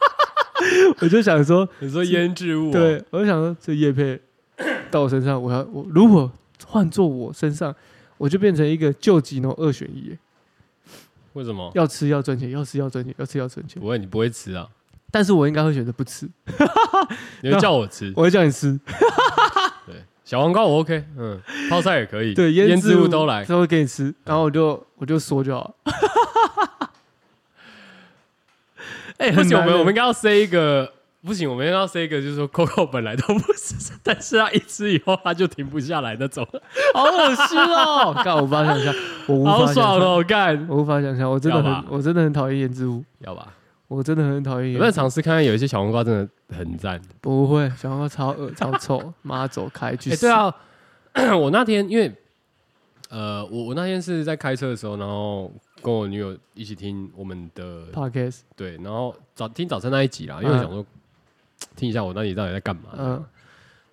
S2: 我就想说。
S1: 你 说腌制物哦，
S2: 对，我就想说这叶配到我身上，我要我如果换做我身上，我就变成一个救急农二选一耶，
S1: 为什么？
S2: 要吃要赚钱，要吃要赚钱，要吃要赚钱。
S1: 不会，你不会吃啊？
S2: 但是我应该会选择不吃，
S1: 你会叫我吃？
S2: 我会叫你吃。
S1: 对，小黄瓜我 OK，嗯，泡菜也可以，
S2: 对，
S1: 腌
S2: 制
S1: 制物都 来。
S2: 都嗯会给你吃，然后我就我就说就好了。哎、
S1: 不
S2: 很
S1: 行，我
S2: 难
S1: 们
S2: 欸
S1: 我们应该要 say 一个，不行，我们应该要 say 一个，就是说 Coco 本来都不吃，但是 他一吃以后他就停不下来那种，
S2: 好恶心 哦！干，我无法想象，我无
S1: 好
S2: 法想
S1: 爽
S2: 象，
S1: 哦，干，
S2: 我无法想象，我真的
S1: 要吧
S2: 很，我真的很讨厌腌制物，
S1: 要吧？
S2: 我真的很讨厌
S1: 有
S2: 腌
S1: 没有
S2: 制物。
S1: 尝试看看？有一些小黄瓜真的很赞。
S2: 不会，小黄瓜超恶超臭，妈走开去
S1: 哎、
S2: 死！
S1: 对，啊， 我那天因为呃，我我那天是在开车的时候，然后跟我女友一起听我们的
S2: podcast，
S1: 对，然后早听早餐那一集啦，因为我
S2: 嗯
S1: 想说、听一下我那里到底在干嘛。
S2: 嗯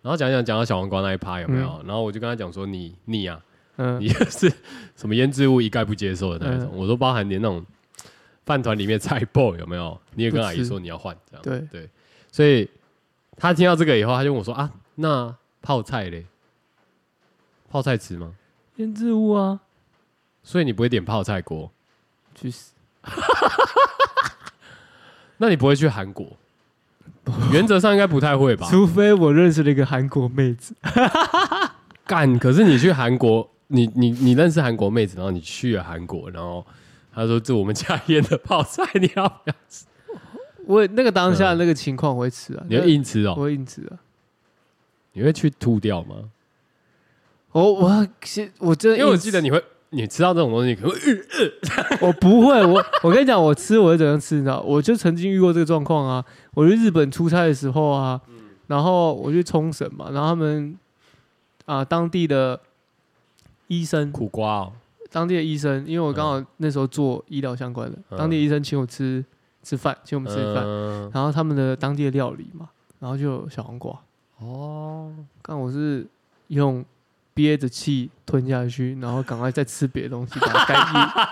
S1: 然后讲一讲讲到小黄瓜那一趴有没有？然后我就跟他讲说你你啊，
S2: 嗯，
S1: 你就是什么腌制物一概不接受的那一种。我说包含连那种饭团里面菜爆有没有？你也跟阿姨说你要换这样。
S2: 对，
S1: 所以他听到这个以后，他就问我说啊，那泡菜嘞？泡菜吃吗？
S2: 腌制物啊，
S1: 所以你不会点泡菜锅？
S2: 去死！
S1: 那你不会去韩国？原则上应该不太会吧？
S2: 除非我认识了一个韩国妹子，
S1: 干，可是你去韩国，你你你认识韩国妹子，然后你去了韩国，然后她说这我们家腌的泡菜，你要不要？
S2: 我那个当下那个情况我会吃啊，
S1: 你会硬吃
S2: 我
S1: 哦？
S2: 会硬吃啊。
S1: 你会去吐掉吗？
S2: 我我要先，我真的
S1: 因
S2: 硬吃，
S1: 为我记得你会，你吃到这种东西，你可能会
S2: 我不会，我我跟你讲，我吃我会怎样吃，你知道？我就曾经遇过这个状况啊。我去日本出差的时候啊，
S1: 嗯
S2: 然后我去冲绳嘛，然后他们啊当地的医生，
S1: 苦瓜哦，
S2: 当地的医生，因为我刚好那时候做医疗相关的，
S1: 嗯
S2: 当地医生请我吃吃饭，请我们吃饭，
S1: 嗯
S2: 然后他们的当地的料理嘛，然后就有小黄瓜，
S1: 哦，
S2: 刚我是用憋着气吞下去，然后赶快再吃别的东西，把它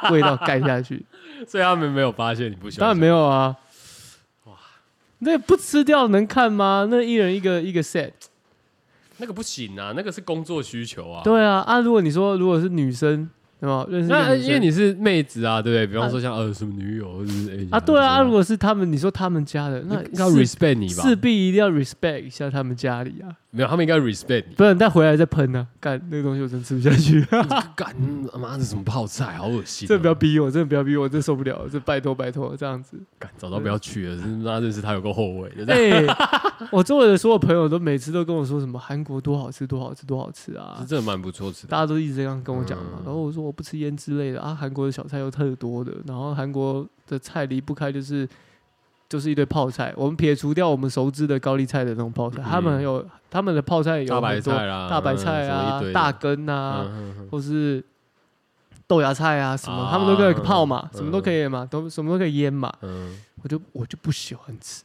S2: 盖味道盖 下去。
S1: 所以他们没有发现你不喜
S2: 当
S1: 欢
S2: 然
S1: 吃，
S2: 没有啊。那不吃掉能看吗？那一人一个一个 set。
S1: 那个不行啊，那个是工作需求啊。，
S2: 对啊，啊，如果你说如果是女生，对吧？认识一个
S1: 那呃
S2: 女生
S1: 因为你是妹子啊，对不对？比方说像呃什么女友，或者是哎
S2: 啊，对啊，啊如
S1: 你
S2: 果是他们，你说他们家的，那
S1: 你要
S2: 势
S1: respect 你吧？
S2: 势必一定要 respect 一下他们家里啊，
S1: 没有，他们应该 respect 你。
S2: 不然再回来再喷啊，干那个东西我真吃不下去，
S1: 干妈的什么泡菜，好恶心、啊！
S2: 真的不要逼我，真的不要逼我，真受不了，这拜托拜托这样子。
S1: 干，早到不要去了，真 妈认识他有个后悔的。
S2: 哎，我周围的所有朋友都每次都跟我说什么韩国多好吃多好吃多好吃啊
S1: 是，真的蛮不错吃的。
S2: 大家都一直这样跟我讲嘛，
S1: 嗯
S2: 然后我说我不吃腌之类的啊，韩国的小菜又特多的，然后韩国的菜离不开就是就是一堆泡菜，我们撇除掉我们熟知的高丽菜的那种泡菜，
S1: 嗯
S2: 他们有他们的泡菜有
S1: 大白
S2: 很多
S1: 菜嗯啦，
S2: 大白菜啊、大根啊，
S1: 啊，
S2: 或是豆芽菜啊什么，
S1: 啊
S2: 他们都可以泡嘛，
S1: 嗯
S2: 什么都可以嘛，都什么都可以腌嘛，
S1: 嗯，
S2: 我就我就不喜欢吃，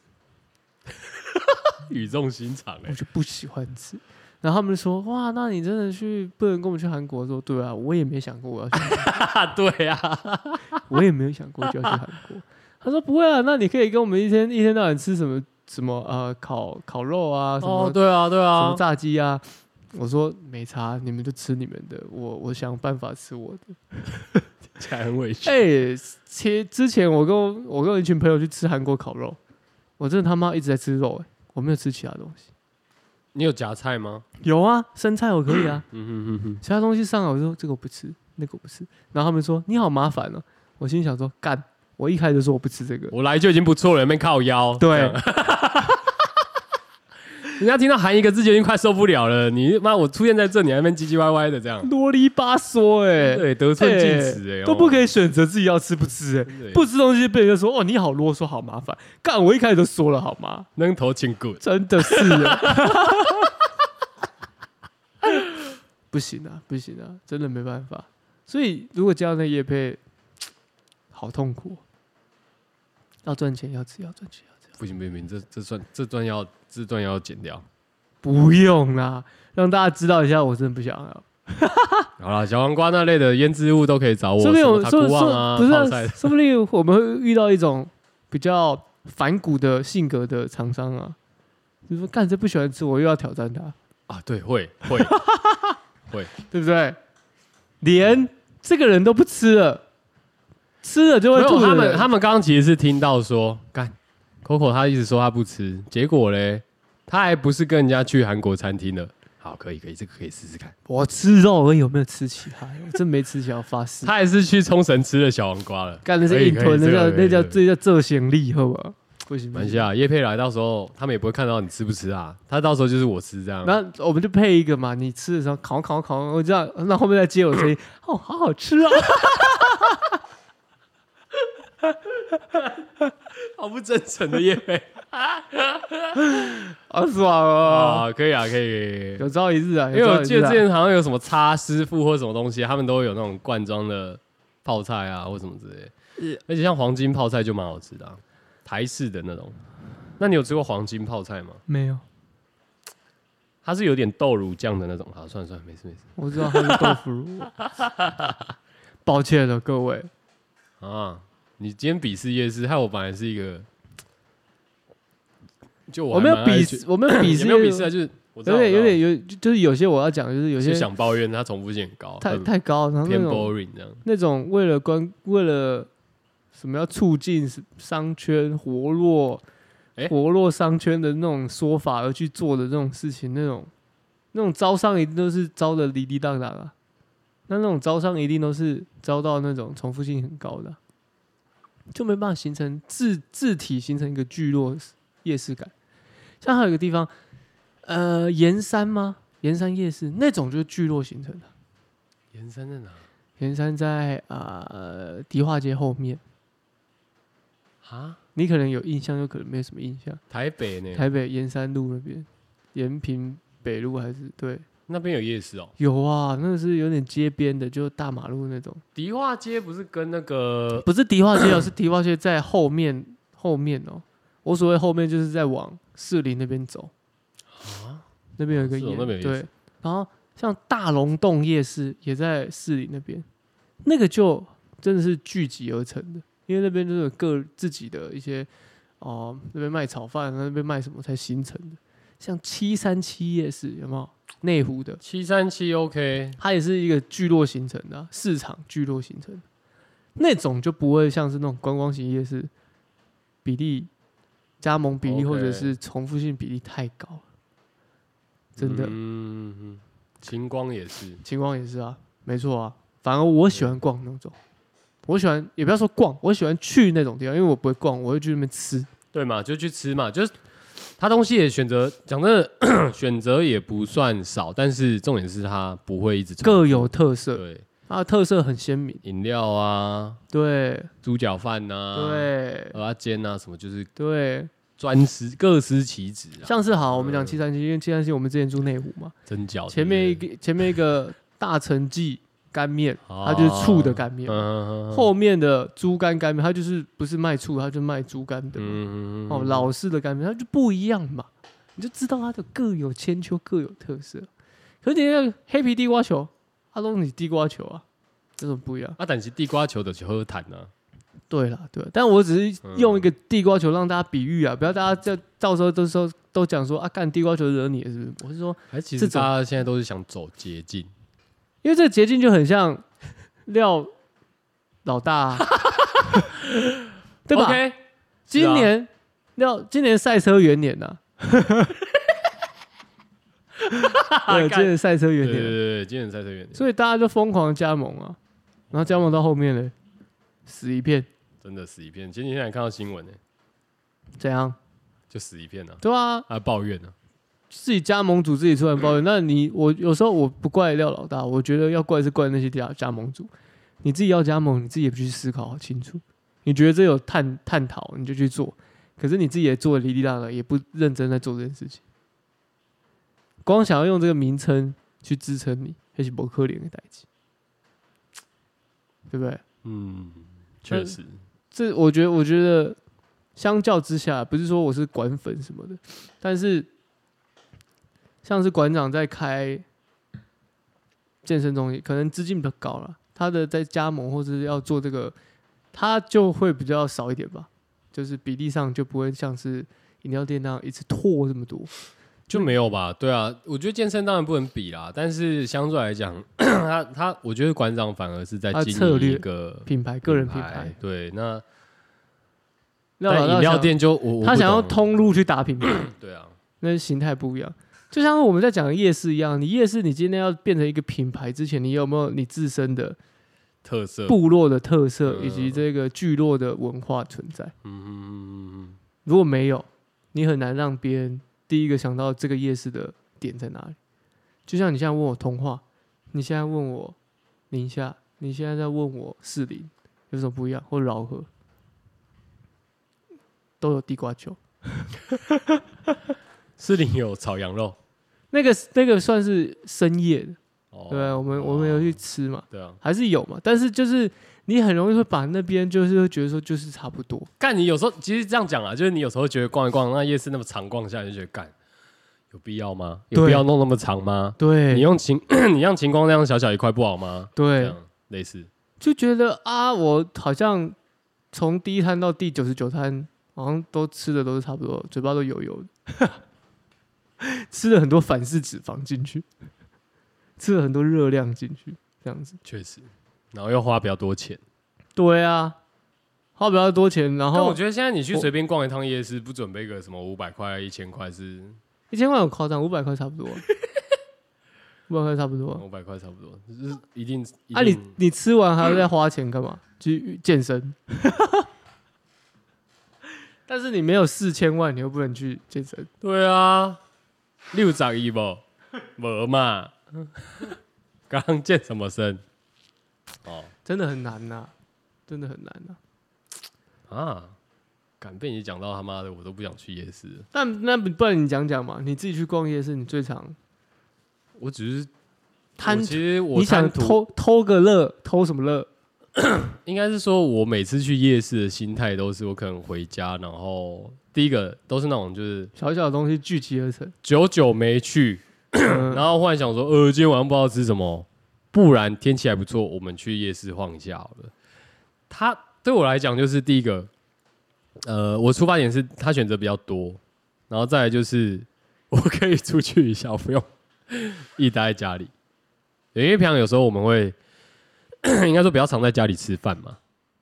S1: 语重心长
S2: 我
S1: 哎，
S2: 就不喜欢吃。然后他们就说：“哇，那你真的去不能跟我们去韩国？”我说：“对啊，我也没想过我要去
S1: 啊，对啊，
S2: 我也没有想过就要去韩国。 他说不会啊，那你可以跟我们一天一天到晚吃什么什么呃烤烤肉啊，什么、
S1: 哦，对啊，对
S2: 什么
S1: 啊，
S2: 炸鸡啊。我说没差，你们就吃你们的，我我想办法吃我的。
S1: 起来很委屈。
S2: 哎、其实之前我跟我我跟我一群朋友去吃韩国烤肉，我真的他妈一直在吃肉、哎，我没有吃其他东西。
S1: 你有夹菜吗？
S2: 有啊，生菜我可以啊，
S1: 嗯哼哼
S2: 其他东西上来我就说这个我不吃，那个我不吃。然后他们说你好麻烦哦、我心想说干，我一开始就说我不吃这个
S1: 哼，，我来就已经不错了，没靠腰。
S2: 对
S1: 哦这样，人家听到含一个字就已经快受不了了，你妈我出现在这，你还在那边唧唧歪歪的这样，
S2: 啰里吧嗦哎、
S1: 对，得寸进尺哎，
S2: 都不可
S1: 以
S2: 以选择自己要吃不吃、欸，不吃东西被人家说哦你好啰嗦，好麻烦。干，我一开始就说了好吗？
S1: 能头请 good。
S2: 真的是、 欸，不行啊，不行啊，真的没办法。所以如果加上那叶配，好痛苦哦。要赚钱，要吃，要赚钱，要吃。
S1: 不行不行不行，这这算这段要这段要剪掉。
S2: 不用啦，让大家知道一下，我真的不想要。
S1: 好了，小黄瓜那类的腌制物都可以哦找我，
S2: 说不定我
S1: 什么塔
S2: 说
S1: 古
S2: 说
S1: 旺啊，
S2: 不是
S1: 泡
S2: 啊，
S1: 菜，
S2: 说不定我们会遇到一种比较反骨的性格的厂商啊，就说干这不喜欢吃，我又要挑战他，
S1: 啊，对， 会会会，
S2: 对不对？连这个人都不吃了，吃了就
S1: 没
S2: 会吐
S1: 有，
S2: 的
S1: 他
S2: 人。
S1: 们他们刚刚其实是听到说，干 Coco 他一直说他不吃，结果嘞，他还不是跟人家去韩国餐厅了。好，可以可以，这个可以试试看。
S2: 我吃肉而已，有没有吃起来？我真没吃起来，我发誓。
S1: 他还是去冲绳吃了小黄瓜了。
S2: 干的
S1: 可
S2: 是
S1: 以
S2: 硬吞，
S1: 可以
S2: 那叫
S1: 这个可以
S2: 那叫
S1: 这个
S2: 这叫这行力，好吧？不行，不
S1: 蛮
S2: 行。
S1: 下啊叶佩来，到时候他们也不会看到你吃不吃啊。他到时候就是我吃这样。
S2: 然后我们就配一个嘛，你吃的时候烤烤烤，我这样，那后面再接我声音，哦，好好吃啊！
S1: 好不真诚的叶 佩
S2: 好爽哦！
S1: 啊，可以啊，可以。可以
S2: 有朝一日啊，
S1: 哎因为我记得之
S2: 这
S1: 前好像有什么叉师傅或什么东西，他们都会有那种罐装的泡菜啊，或什么之类的。而且像黄金泡菜就蛮好吃的啊、台式的那种。那你有吃过黄金泡菜吗？
S2: 没有，
S1: 它是有点豆乳酱的那种。好，算了算了，没事没事
S2: 我知道它是豆腐乳。抱歉了各位，
S1: 啊。你今天鄙视夜市，害我本来是一个，就我
S2: 我没有
S1: 还蛮爱
S2: 鄙
S1: 去
S2: 视，我没有鄙
S1: 也
S2: 视，
S1: 没有鄙视啊，就是我知道
S2: 有点有
S1: 我知道
S2: 点有，就就是有些我要讲，就是有
S1: 就
S2: 些
S1: 想抱怨它重复性很高，
S2: 太
S1: 很
S2: 太高，然后那
S1: 偏
S2: 种
S1: boring 这样。
S2: 那种为了关为了什么要促进商圈活络、
S1: 诶
S2: 活络商圈的那种说法而去做的这种事情，那种那种招商一定都是招的滴滴答答啊。那那种招商一定都是招到那种重复性很高的啊、就没办法形成字字体形成一个聚落夜市感。像还有一个地方，呃，盐山吗？盐山夜市那种就是聚落形成的。
S1: 延伸在哪？
S2: 田山在呃迪化街后面，
S1: 啊，
S2: 你可能有印象，有可能没有什么印象。
S1: 台北呢？
S2: 台北沿山路那边，延平北路还是对，
S1: 那边有夜市哦。
S2: 有啊，那个是有点街边的，就大马路那种，
S1: 迪化街不是跟那个
S2: 不是迪化街哦，是 迪化街在后面后面哦。我所谓后面就是在往士林那边走，
S1: 啊？
S2: 那边有一个
S1: 是哦
S2: 夜
S1: 那边有夜
S2: 对
S1: 市，
S2: 然后像大龙洞夜市也在市里那边，那个就真的是聚集而成的，因为那边就是有各自己的一些哦、那边卖炒饭，那边卖什么才形成的。像七三七夜市有没有内湖的？
S1: 七三七 OK，
S2: 它也是一个聚落形成的啊、市场聚落形成的，那种就不会像是那种观光型夜市比例加盟比例
S1: OK
S2: 或者是重复性比例太高了，真的。
S1: 嗯，嗯晴光也是，
S2: 情况也是啊，没错啊。反而我喜欢逛那种，我喜欢也不要说逛，我喜欢去那种地方，因为我不会逛，我会去那边吃。
S1: 对嘛？就去吃嘛，就是他东西也选择，讲真的，选择也不算少，但是重点是它不会一直重复
S2: 各有特色，
S1: 对
S2: 它的啊特色很鲜明。
S1: 饮料啊、
S2: 对
S1: 猪脚饭呐、、
S2: 啊对
S1: 蚵仔煎啊什么，就是
S2: 对，
S1: 专司各司其职啊，
S2: 像是好，我们讲
S1: 嗯
S2: 七三七，因为七三七我们之前住内湖嘛，
S1: 蒸饺
S2: 前面一个前面一个大城记干面，它就是醋的干面。
S1: 哦嗯
S2: 后面的猪肝干面，它就是不是卖醋，它就卖猪肝的嘛。
S1: 嗯
S2: 哦，老式的干面，它就不一样嘛，你就知道它的各有千秋，各有特色。可是你那个黑皮地瓜球，它都是你地瓜球啊，这种不一样。
S1: 啊，但是地瓜球的是喝坛啊，
S2: 对啦，对啦，但我只是用
S1: 嗯
S2: 一个地瓜球让大家比喻啊，不要大家这到时候都说都讲说啊，干地瓜球惹你了是不是？我是说，
S1: 还其
S2: 这
S1: 实
S2: 种
S1: 大家现在都是想走捷径，
S2: 因为这个捷径就很像廖老大 啊、对吧
S1: OK，是
S2: 今
S1: 啊
S2: 年廖、今年赛车元年呐、 啊。对，今年赛车元
S1: 对对
S2: 年，啊
S1: 对，今年赛车元年，
S2: 所以大家就疯狂加盟啊，然后加盟到后面嘞，死一片，
S1: 真的死一片。前几天还看到新闻呢，
S2: 怎样？
S1: 就死一片啊，
S2: 对啊，
S1: 还抱怨呢，
S2: 自己加盟主自己出来抱怨， 那你我有时候我不怪廖老大，我觉得要怪是怪那些加加盟主，你自己要加盟，你自己也不去思考好清楚，你觉得这有探探讨你就去做，可是你自己也做的哩哩啦啦，也不认真在做这件事情，光想要用这个名称去支撑你，还是不可怜的代际，对不对？
S1: 嗯，确实，
S2: 这我觉得，我觉得相较之下，不是说我是管粉什么的，但是像是馆长在开健身中心，可能资金比较高了，他的在加盟或者是要做这个，他就会比较少一点吧，就是比例上就不会像是饮料店那样一次拓这么多，
S1: 就没有吧？对啊，我觉得健身当然不能比啦，但是相对来讲，他他我觉得馆长反而是在
S2: 他
S1: 经
S2: 策
S1: 营
S2: 略
S1: 一个
S2: 品牌个人品牌。
S1: 对，那
S2: 廖老
S1: 但
S2: 大
S1: 饮料
S2: 想
S1: 店就我我
S2: 他
S1: 不
S2: 想要
S1: 懂
S2: 通路去打品牌，
S1: 对啊，
S2: 那形态不一样。就像我们在讲的夜市一样，你夜市你今天要变成一个品牌之前，你有没有你自身的
S1: 特色
S2: 部落的特色
S1: 嗯
S2: 以及这个聚落的文化存在？
S1: 嗯，
S2: 如果没有，你很难让别人第一个想到这个夜市的点在哪里。就像你现在问我通话，你现在问我宁夏，你现在在问我士林，有什么不一样？或饶河，都有地瓜球。
S1: 士林有炒羊肉，
S2: 那个那个算是深夜的，
S1: 哦
S2: 对啊我们我们有去吃嘛，
S1: 对啊，
S2: 还是有嘛，但是就是你很容易会把那边就是会觉得说就是差不多，
S1: 干你有时候其实这样讲啊，就是你有时候觉得逛一逛那夜市那么长逛下来，就觉得干有必要吗？有
S2: 对
S1: 必要弄那么长吗？你
S2: 对
S1: 用晴 你让晴空那样小小一块不好吗？这
S2: 对，
S1: 样类似，
S2: 就觉得啊，我好像从第一摊到第九十九摊，好像都吃的都是差不多，嘴巴都油油的， 吃了很多反式脂肪进去，吃了很多热量进去，这样子，
S1: 确实，然后又花比较多钱。
S2: 对啊，花不了多钱，然
S1: 但我
S2: 后
S1: 觉得现在你去
S2: 我
S1: 随便逛一趟夜市，不准备个什么五百块、一千块是
S2: 一千块有夸张，五百块差不多啊，五百块差不多啊。
S1: 五百块差不多，就是一定。一
S2: 啊你，
S1: 定
S2: 你吃完还要再花钱干嘛？去健 身。但是你没有四千万，你又不能去健身。
S1: 对啊，六十一不，没嘛，刚健什么身？哦
S2: 真的很难呐、真的很难呐、
S1: 啊，敢被你讲到他妈的，我都不想去夜市了。
S2: 但那不不然你讲讲嘛，你自己去逛夜市，你最常
S1: 我只是
S2: 贪
S1: 我其实我
S2: 你想
S1: 贪图
S2: 偷偷个乐，偷什么乐？
S1: 应该是说，我每次去夜市的心态都是，我可能回家，然后第一个都是那种就是
S2: 小小的东西聚集而成。
S1: 久久没去，
S2: 嗯
S1: 然后忽然想说，呃，今天晚上不知道吃什么，不然天气还不错，我们去夜市晃一下好了。他对我来讲就是第一个，呃，我出发点是他选择比较多，然后再来就是 我可以出去一下，我不用一直待在家里，因为平常有时候我们会 应该说比较常在家里吃饭嘛，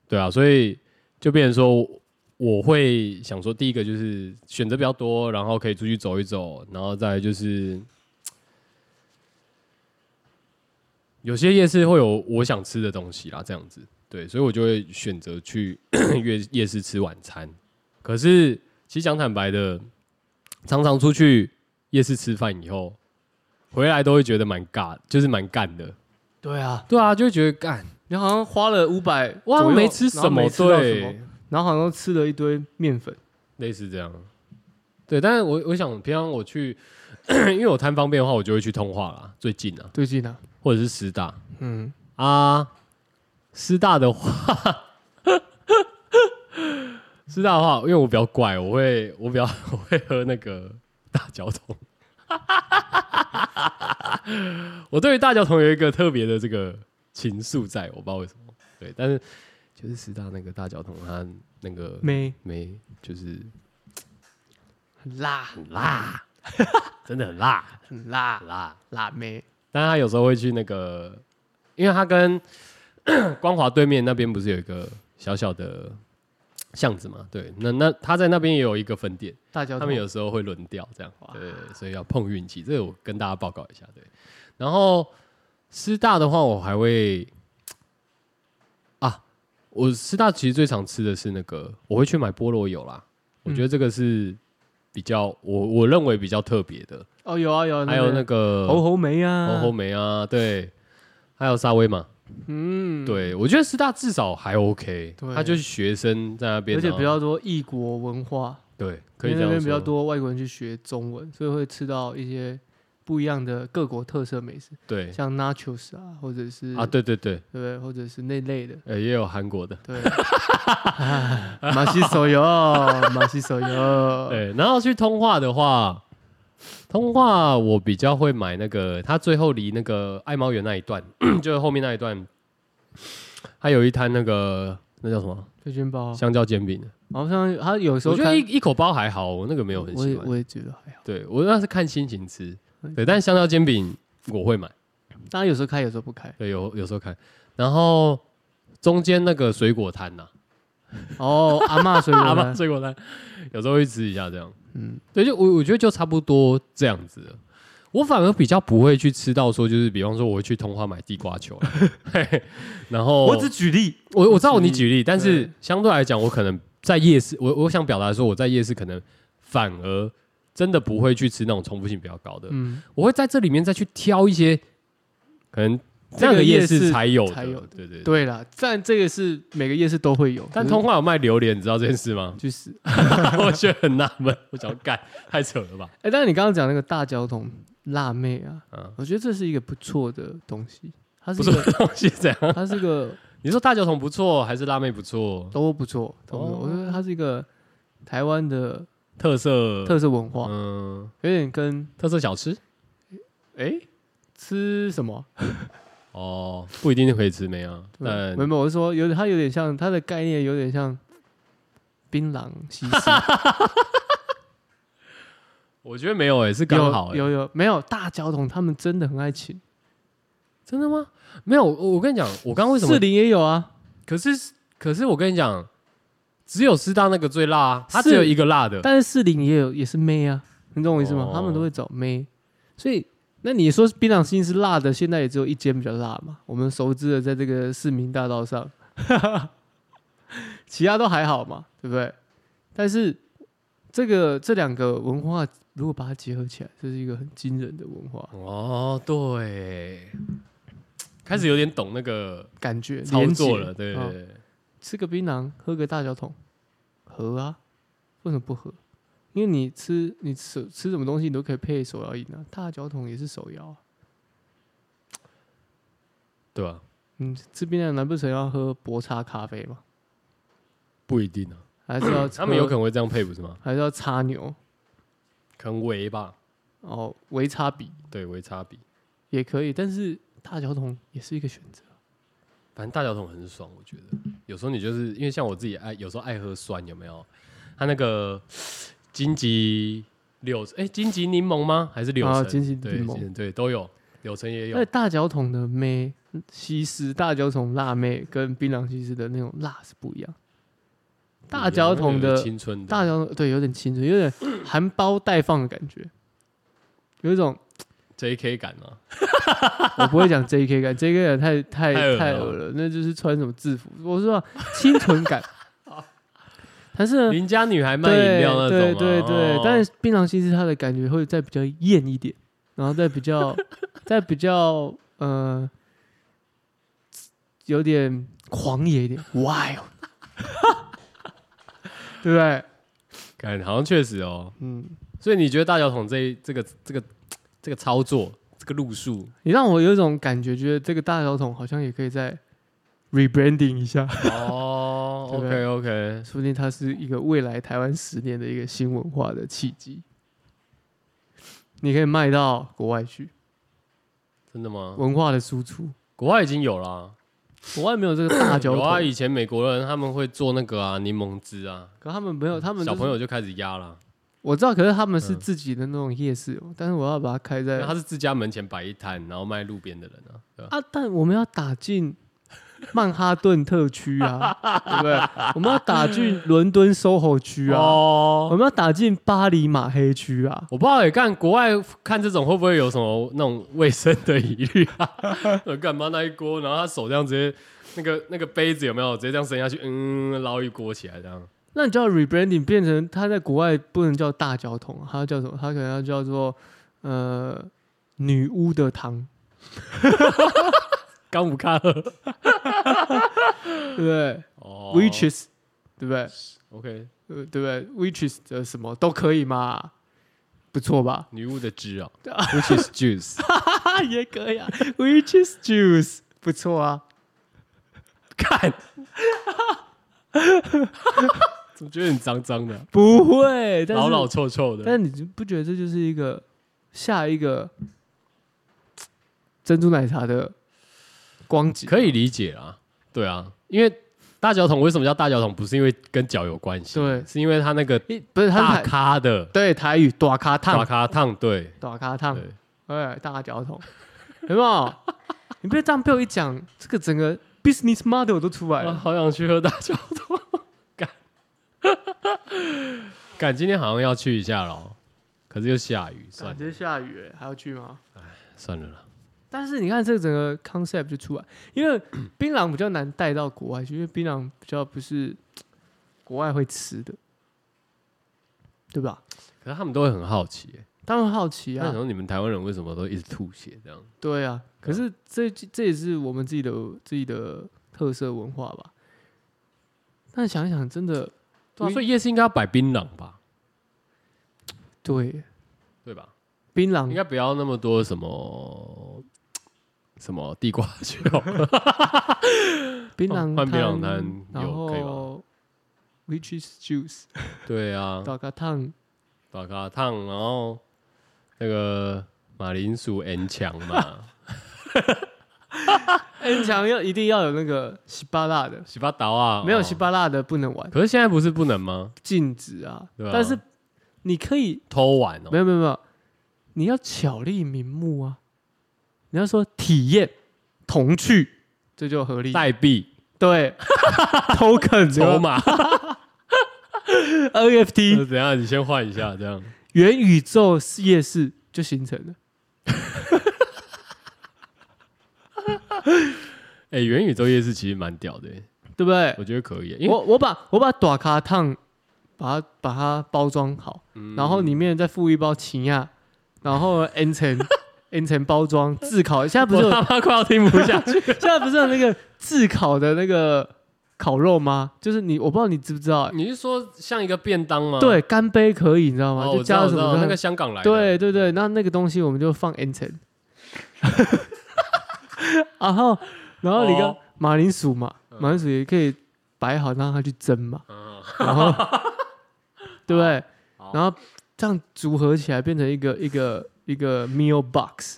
S1: 对啊，所以就变成说。我会想说，第一个就是选择比较多，然后可以出去走一走，然后再来就是有些夜市会有我想吃的东西啦，这样子，对，所以我就会选择去 夜夜市吃晚餐。可是其实讲坦白的，常常出去夜市吃饭以后，回来都会觉得蛮尬，就是蛮干的。
S2: 对啊，
S1: 对啊，就会觉得干，
S2: 你好像花了五百，
S1: 我好像没吃什
S2: 然后
S1: 么，
S2: 没吃到什
S1: 对
S2: 么，，然后好像吃了一堆面粉。
S1: 类似这样。对，但是我我想，平常我去， 因为我贪方便的话，我就会去通化啦，最近啊，
S2: 最近啊，
S1: 或者是师大
S2: 嗯，
S1: 啊。师大的话， 师大的话，因为我比较怪，我会我比较 我会喝那个大脚桶。 我对于大脚桶有一个特别的这个情愫在，我不知道为什么。对，但是就是师大那个大脚桶，它那个
S2: 没
S1: 没就是
S2: 很辣，
S1: 很辣，真的很辣，
S2: 很辣
S1: 很，辣。
S2: 辣妹。
S1: 但他有时候会去那个，因为他跟 光华对面那边不是有一个小小的巷子嘛？对，那那他在那边也有一个分店，
S2: 大脚
S1: 他
S2: 桶
S1: 们有时候会轮调这样，对，所以要碰运气。这个我跟大家报告一下，对。然后师大的话，我还会啊，我师大其实最常吃的是那个，我会去买菠萝油啦。我觉得这个是比较我我认为比较特别的，
S2: 哦，有啊有啊，
S1: 还有
S2: 边
S1: 那个
S2: 猴猴梅啊，
S1: 红红梅啊，对，还有沙威嘛，
S2: 嗯，
S1: 对我觉得师大至少还 OK，
S2: 对
S1: 他就是学生在那边，
S2: 而且
S1: 然后
S2: 比较多异国文化，
S1: 对，可以
S2: 因为
S1: 这样
S2: 那边比较
S1: 说，
S2: 多外国人去学中文，所以会吃到一些不一样的各国特色美食，
S1: 对
S2: 像 nachos 啊，或者是
S1: 啊，对对对，
S2: 对不对，或者是那类的，
S1: 呃，也有韩国的，
S2: 对，哎马西手游，马西手游，
S1: 对，然后去通话的话，通话我比较会买那个，它最后离那 个爱猫园那一段，就是后面那一段，还有一摊那个那叫什么
S2: 飞卷包啊，
S1: 香蕉煎饼？
S2: 好像他有时候
S1: 我觉得
S2: 看
S1: 一一口包还好，我那个没有很
S2: 我
S1: 喜
S2: 也
S1: 欢。
S2: 我也觉得还好，
S1: 对我那是看心情吃
S2: 嗯，
S1: 对，但是香蕉煎饼我会买，
S2: 当然有时候开，有时候不开。
S1: 对，有有时候看。然后中间那个水果摊呐、
S2: 哦，阿嬷水
S1: 阿
S2: 果
S1: 妈
S2: 呢？
S1: 水果摊，有时候会吃一下这样。
S2: 嗯，
S1: 对，就我我觉得就差不多这样子了。我反而比较不会去吃到说，就是比方说我会去通化买地瓜球，啊嘿然后
S2: 我只举例，
S1: 我我知道
S2: 举例
S1: 你举例，但是
S2: 对
S1: 相对来讲，我可能在夜市，我我想表达说，我在夜市可能反而真的不会去吃那种重复性比较高的，
S2: 嗯，
S1: 我会在这里面再去挑一些可能那
S2: 这个
S1: 个夜
S2: 夜市
S1: 市才有的，
S2: 才有的
S1: 对对对。
S2: 对啦，但这个是每个夜市都会有，
S1: 但
S2: 可是？
S1: 通化有卖榴莲，你知道这件事吗
S2: 就是，
S1: 我觉得很纳闷，我想要干，太扯 了吧？
S2: 哎，但是你刚刚讲那个大交通辣妹啊，
S1: 嗯，
S2: 我觉得这是一个不错的东西，它是
S1: 不
S2: 一
S1: 错的
S2: 个
S1: 东西这样。
S2: 它是一个
S1: 你说大酒桶不错，还是辣妹不错？
S2: 都不错，都不错，
S1: 哦
S2: 我觉得它是一个台湾的
S1: 特色
S2: 特色文化，
S1: 嗯，
S2: 有点跟
S1: 特色小吃
S2: 哎吃什么
S1: 哦，不一定可以吃没啊，
S2: 对
S1: 但
S2: 没有，没有我是说有点，它有点像它的概念，有点像槟榔西施，
S1: 我觉得没有诶、是 刚好欸
S2: 有
S1: 诶、
S2: 有有没有大交通，他们真的很爱请，
S1: 真的吗？没有，我我跟你讲，我刚刚为什么
S2: 士？林也有啊，
S1: 可是可是我跟你讲，只有师大那个最辣、啊，它
S2: 是
S1: 只有一个辣的。
S2: 但是士林也有也是妹啊，你懂我意思吗？
S1: 哦
S2: 他们都会找妹，所以那你说槟榔西施辣的，现在也只有一间比较辣嘛，我们熟知的在这个市民大道上， 其他都还好嘛，对不对？但是这个这两个文化如果把它结合起来，这是一个很惊人的文化。
S1: 哦，对，
S2: 嗯
S1: 开始有点懂那个
S2: 感觉
S1: 操作
S2: 连结
S1: 了，对对
S2: 嗯
S1: 对。
S2: 吃个槟榔，喝个大脚桶，合啊？为什么不合？因为你吃你吃吃什么东西，你都可以配手摇饮啊，大脚桶也是手摇啊。
S1: 对啊，
S2: 嗯，吃槟榔难不成要喝薄茶咖啡吗？
S1: 不一定啊，
S2: 还 是要
S1: 他们有可
S2: 能，
S1: 能会这样配，不是吗？
S2: 还是要插牛
S1: 可能围吧，
S2: 哦，微插笔
S1: 对，围差比，
S2: 也可以，但是大脚桶也是一个选择。
S1: 反正大脚桶很爽，我觉得。有时候你就是因为像我自己爱，有时候爱喝酸，有没有？它那个荆棘柳，哎、荆棘柠檬吗？还是柳
S2: 啊
S1: 橙？
S2: 荆棘
S1: 对
S2: 柠檬
S1: 荆对都有，柳橙也有
S2: 那。大脚桶的妹西施，大脚桶辣妹跟槟榔西施的那种辣是不一样。大脚桶
S1: 有
S2: 的
S1: 青春的
S2: 大脚对，有点清纯，有点含苞待放的感觉，有一种
S1: J.K. 感啊，
S2: 我不会讲 J.K. 感，J.K. 感太
S1: 太恶
S2: 太
S1: 了
S2: 太恶了，那就是穿什么制服，我是说清纯 感。但是呢，
S1: 邻家女孩卖饮
S2: 对
S1: 料那种、啊，
S2: 对对对
S1: 哦，
S2: 但是槟榔西施它的感觉会再比较艳一点，然后再 比较再比较呃有点狂野一点，wild，对不对？
S1: 感哦好像确实哦。
S2: 嗯。
S1: 所以你觉得大脚桶这一这个这个这个操作，这个路数，
S2: 你让我有一种感觉，觉得这个大小桶好像也可以再 rebranding 一下，
S1: 哦
S2: 对不对
S1: ，OK OK，
S2: 说不定它是一个未来台湾十年的一个新文化的契机。你可以卖到国外去，
S1: 真的吗？
S2: 文化的输出。
S1: 国外已经有啦、
S2: 嗯国外没有这个大脚
S1: 有啊，
S2: 桶，
S1: 以前美国人他们会做那个啊柠檬汁啊，
S2: 可他们没有，他们、
S1: 小朋友就开始压了，
S2: 我知道，可是他们是
S1: 嗯
S2: 自己的那种夜市哦，但是我要把它开
S1: 因
S2: 在
S1: 为他是自家门前摆一摊，然后卖路边的人啊，对吧？
S2: 啊，但我们要打进曼哈顿特区 啊，对不对？我们要打进伦敦 SOHO 区啊，我
S1: 哦，
S2: 们要打进巴黎马黑区啊，
S1: 我不知道也欸干国外看这种会不会有什么那种卫生的疑虑啊？ 呃干嘛那一锅，然后他手这样直接那个那个杯子有没有直接这样伸下去，嗯，捞一锅起来这样，
S2: 那你叫 rebranding 变成它在国外不能叫大脚桶，它要叫什么？它可能要叫做呃女巫的汤，
S1: 刚不看了
S2: 对不对、
S1: 哦
S2: w i t c h e s 对不对？
S1: OK
S2: 呃，对不对？witches 的什么都可以嘛，不错 吧？
S1: 女巫的汁 啊，which is juice，
S2: 啊，也可以啊，witches juice 不错啊，
S1: 看， 怎么觉得很脏脏的啊、
S2: 不会，但是
S1: 老老臭臭的。
S2: 但你就不觉得这就是一个下一个嘖珍珠奶茶的光景？
S1: 可以理解啊，对啊，因为大脚桶为什么叫大脚桶？不是因为跟脚有关系，
S2: 对
S1: 是因为它那个
S2: 一不是他
S1: 大
S2: 台
S1: 咖的
S2: 对台语短卡
S1: 大
S2: 烫，
S1: 咖烫，对
S2: 短卡烫，
S1: 对，
S2: 哎，大脚桶， 有没有？你被这样被我一讲，这个整个 business model 都出来
S1: 啊，
S2: 了。
S1: 好想去喝大脚桶， 干，干，今天好像要去一下咯，可是又下雨，算
S2: 感
S1: 了
S2: 觉下雨欸，还要去吗？
S1: 算了啦，
S2: 但是你看这个整个 concept 就出来，因 为槟榔比较难带到国外去，因为槟榔比较不是国外会吃的，对吧？
S1: 可是他们都会很好奇、欸，
S2: 他们好奇
S1: 那
S2: 啊
S1: 时，候你们台湾人为什么都一直吐血这样？
S2: 对啊。可是这这也是我们自己的自己的特色文化吧。但想一想，真的
S1: 对啊，
S2: 你
S1: 所以夜市应该要摆槟榔吧，
S2: 对
S1: 对吧？
S2: 槟
S1: 应
S2: 榔
S1: 该不要那么多什么什么地瓜 球，
S2: 槟
S1: 换
S2: 榔
S1: 哦换槟榔摊
S2: 然
S1: 有可以吧
S2: 后 which is juice
S1: 对啊，
S2: 大咖烫
S1: 大咖烫，然后那个马铃薯 N 强 嘛，
S2: N 强哎要一定要有那个西巴辣的，
S1: 洗巴岛啊，
S2: 没有
S1: 哦
S2: 西，巴辣的不能玩。
S1: 可是现在不是不能吗？
S2: 禁止啊，
S1: 对啊
S2: 但是你可以
S1: 偷玩哦
S2: 没，有没有没有，你要巧立名目啊，你要说体验同去，这就合理。
S1: 代币、
S2: 对，token
S1: 筹码，
S2: NFT
S1: 那怎样？你先换一下，这样
S2: 元宇宙夜市就形成了。
S1: 哎，元宇宙夜市其实蛮屌的，
S2: 对不对？
S1: 我觉得可以，啊因为
S2: 哎我我把我把短卡烫，把它把它包装好，
S1: 嗯
S2: 然后里面再附一包奇亚，然后 N 层 N 层包装自烤。现在不是 有
S1: 我他妈快要听不下 去，
S2: 现在不是有那个炙烤的那个烤肉吗？就是你，我不知道你知不知道、欸
S1: 你是说像一个便当吗？
S2: 对，干杯可以，你知道吗？
S1: 哦，
S2: 就
S1: 我知道
S2: 加了
S1: 我知
S2: 什么
S1: 道
S2: 东
S1: 那个香港来的，
S2: 对对对，那那个东西我们就放 N 层， 然后然后你跟
S1: 哦
S2: 马铃薯嘛，马铃薯也可以摆好让它去蒸嘛，
S1: 嗯，
S2: 然后对不对？
S1: 好
S2: 然后这样组合起来变成一个一个一个 meal box，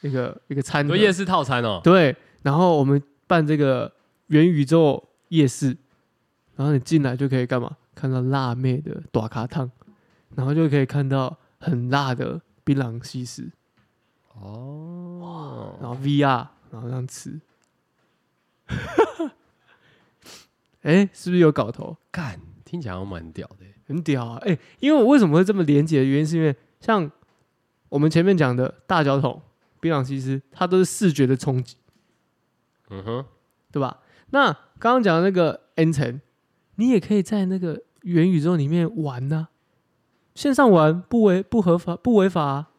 S2: 一个一个餐
S1: 很多
S2: 盒
S1: 夜市套餐哦，
S2: 对，然后我们办这个元宇宙夜市，然后你进来就可以干嘛？看到辣妹的短卡烫，然后就可以看到很辣的槟榔西施，
S1: 哦，
S2: 然后 VR，然后这样吃。哎、是不是有搞头？
S1: 干，听起来好像蛮屌的耶。欸
S2: 很屌啊！哎、因为我为什么会这么连结的原因，是因为像我们前面讲的大脚桶、槟榔西施，它都是视觉的冲击。
S1: 嗯哼，
S2: 对吧？那刚刚讲的那个 N 层，你也可以在那个元宇宙里面玩呐、线上玩不违不合法不违法、啊，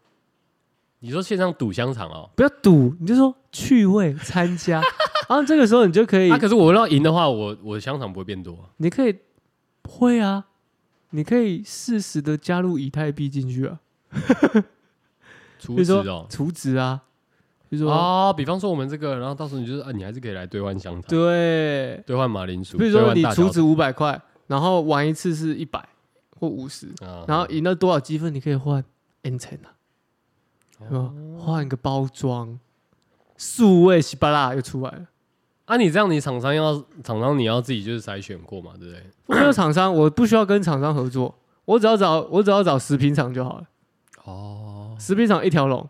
S1: 你说线上赌香肠哦？
S2: 不要赌，你就说趣味 参加，然后这个时候你就可以
S1: 啊，，可是我要赢的话，我我香肠不会变多啊、
S2: 你可以会啊，你可以适时的加入以太币进去啊，比
S1: 除
S2: 如
S1: 此
S2: 说
S1: 哦。
S2: 储值啊，比如说、
S1: 哦，比方说我们这个，然后到时候你就是啊，你还是可以来兑换香肠，
S2: 对，
S1: 兑换马铃薯，
S2: 比如说你
S1: 兑换大
S2: 储
S1: 脚
S2: 值五百块，然后玩一次是一百或五十，
S1: 啊
S2: 然后赢到多少积分，你可以换 N 层啊，
S1: 哦
S2: 有没有换个包装，数位稀巴拉又出来了。
S1: 啊，你这样你厂商要厂商你要自己就是筛选过嘛，对不对？
S2: 我没有厂商，我不需要跟厂商合作，我只要找我只要找食品厂就好了，
S1: 哦，
S2: 食品厂一条龙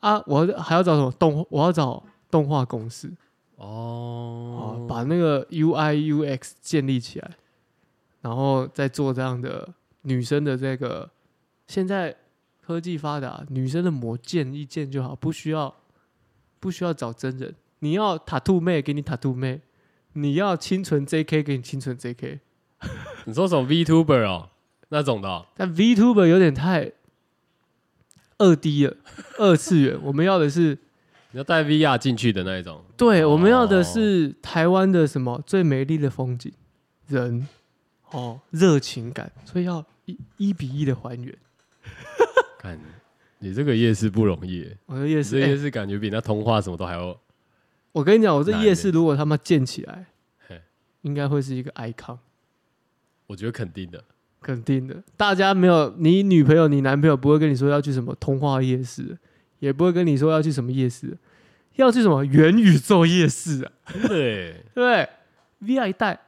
S2: 啊，我还要找什么动，我要找动画公司啊
S1: 哦，，
S2: 把那个 UI UX 建立起来，然后再做这样的女生的这个，现在科技发达，女生的膜建一建就好，不需要不需要找真人，你要塔兔妹给你塔兔妹，你要清纯 JK 给你清纯 JK，
S1: 你说什么 VTuber 哦，那种的哦、
S2: 但 VTuber 有点太二 D 了，二次元，我们要的是。
S1: 你要带 VR 进去的那一种，
S2: 对，我们要的
S1: 哦
S2: 是台湾的什么最美丽的风景、人，哦，热情感，所以要一一比一的还原。
S1: 看你这个夜市不容易耶，
S2: 我的夜
S1: 你这
S2: 市，
S1: 夜
S2: 欸、
S1: 市哎感觉比那通话什么都还要
S2: 我跟你讲，我这
S1: 哪
S2: 夜
S1: 里
S2: 市如果他妈建起来
S1: 嘿，
S2: 应该会是一个 icon，
S1: 我觉得肯定的。
S2: 肯定的。大家没有你女朋友、你男朋友不会跟你说要去什么通化夜市，也不会跟你说要去什么夜市，要去什么元宇宙夜市啊，
S1: 真的耶
S2: 对不对？ VR 一带，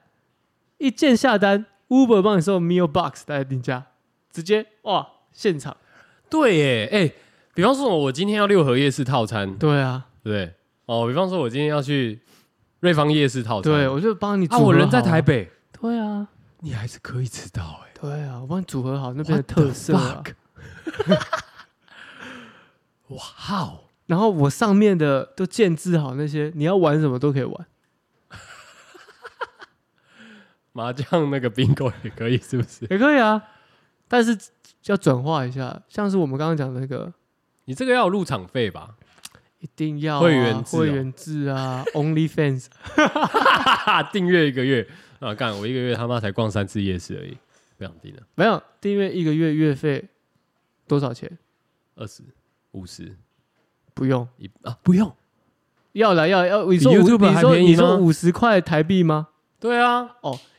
S2: 一键下单，Uber 帮你送 Meal Box 带来定价，直接哇现场。
S1: 对耶，哎、比方说我今天要六合夜市套餐，
S2: 对啊，
S1: 对不对？哦，比方说我今天要去瑞芳夜市套餐，
S2: 对，我就帮你组
S1: 啊，
S2: 合好。
S1: 我人在台。北，
S2: 对啊，
S1: 你还是可以吃到哎、
S2: 对啊，我帮你组合好那
S1: 那
S2: 边的特色、啊。
S1: 哇哦！
S2: 然后我上面的都建制好那些，你要玩什么都可以玩。
S1: 麻将那个 bingo 也可以，是不 是？
S2: 也可以啊，但是要转化一下，像是我们刚刚讲的那个，
S1: 你这个要有入场费吧？
S2: 一定要、啊、
S1: 会员制哦
S2: 会员制啊，Only Fans
S1: 哈哈，订阅一个月啊！干，我一个月他妈才逛三次夜市而已，不想订了，
S2: 没有订阅一个月月费多少钱？
S1: 二十五十
S2: 不用，
S1: 一啊，不用。
S2: 要来要要，你
S1: 比
S2: 说五
S1: YouTube
S2: 你
S1: 还
S2: 说
S1: 便宜
S2: 你说
S1: 吗
S2: 五十块台币吗？
S1: 对啊，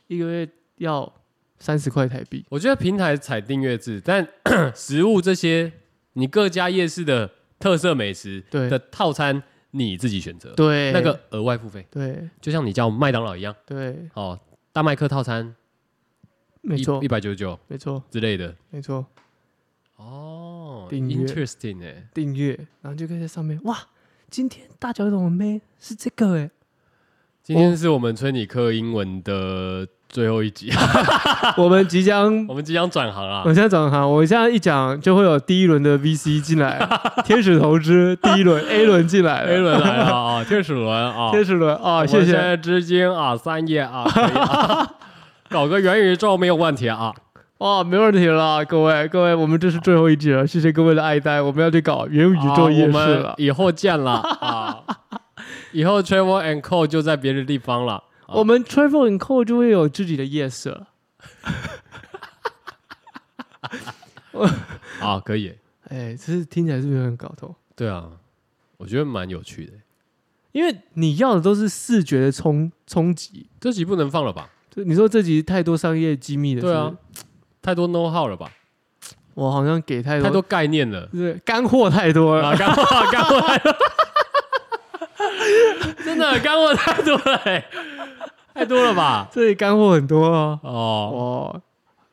S2: 一个月要三十块台币，
S1: 我觉得平台采订阅制，但 食物这些，你各家夜市的特色美食
S2: 对
S1: 的套餐你自己选择，
S2: 对，
S1: 那个额外付费，
S2: 对
S1: 就像你叫麦当劳一样，
S2: 对，
S1: 哦，大麦克套餐
S2: 没
S1: 一
S2: 错
S1: 一百九十九
S2: 没错
S1: 之类的。
S2: 没错，
S1: 哦
S2: 订阅哦
S1: ，interesting 哎、
S2: 订阅，然后就可以在上面哇，今天大脚桶的妹是这个哎、
S1: 今天是我们村里课英文的最后一集，
S2: 我们即将
S1: 我们即将转行啊
S2: 我！现在转行，我现在一讲就会有第一轮的 VC 进来，天使投资第一轮 A 轮进来了
S1: A 轮来了啊，天使轮 啊，
S2: 天使轮啊、
S1: 我
S2: 谢
S1: 现
S2: 谢
S1: 在资金啊，三叶啊，可以啊 搞个元宇宙没有问题啊。
S2: 哦，没问题了，各位各位，我们这是最后一集了，谢谢各位的爱戴，我们要去搞元宇宙夜市
S1: 啊我们
S2: 了。
S1: 以后见 了啊！以后 Travel and Co 就在别的地方了。啊
S2: 我们 Travel and Co 就会有自己的夜市了。
S1: 啊，可以。
S2: 哎，这是听起来是不是很搞头？
S1: 对啊，我觉得蛮有趣的。
S2: 因为你要的都是视觉的冲冲击，
S1: 这集不能放了吧？
S2: 就你说这集太多商业机密了，
S1: 对
S2: 是
S1: 啊
S2: 不是，，
S1: 太多 know how 了吧？
S2: 我好像给太多
S1: 太
S2: 呃
S1: 多概念了。
S2: 对干货太多了，
S1: 啊，干货干货太多，真的干货太多了、欸，太多了吧？
S2: 这里干货很多 啊。
S1: 哦，
S2: 哦，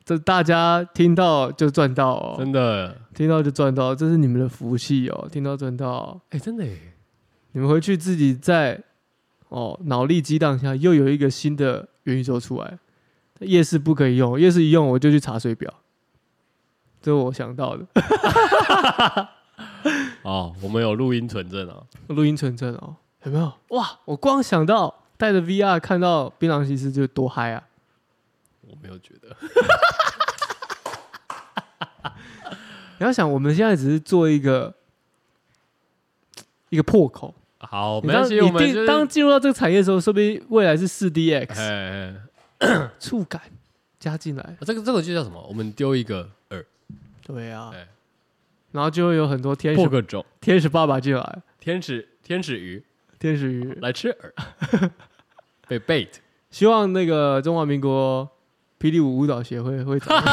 S2: 这大家听到就赚到哦，
S1: 真的，
S2: 听到就赚到，这是你们的福气哦，听到赚到，
S1: 哎、真的、欸，
S2: 你们回去自己在哦脑力激荡下，又有一个新的元宇宙出来。夜市不可以用，夜市一用我就去查水表，这是我想到的
S1: 哦，我们有录音存证啊，
S2: 录音存证哦，有没有？哇，我光想到带着 VR 看到槟榔西施就多嗨啊！
S1: 我没有觉得，
S2: 你要想，我们现在只是做一个一个破口，
S1: 好，哦
S2: 你
S1: 没关
S2: 当
S1: 系，
S2: 你
S1: 我们就是
S2: 定当进入到这个产业的时候，说不定未来是四 D
S1: 哎
S2: X
S1: 哎，哎
S2: 触感加进来，
S1: 啊这个这个就叫什么？我们丢一个饵，
S2: 对啊
S1: 哎，
S2: 然后就会有很多天
S1: 破
S2: 使
S1: 个种，
S2: 天使爸爸进来，
S1: 天使天使鱼
S2: 天使鱼，
S1: 来吃饵，被 bait，
S2: 希望那个中华民国霹雳舞舞蹈协会会 长，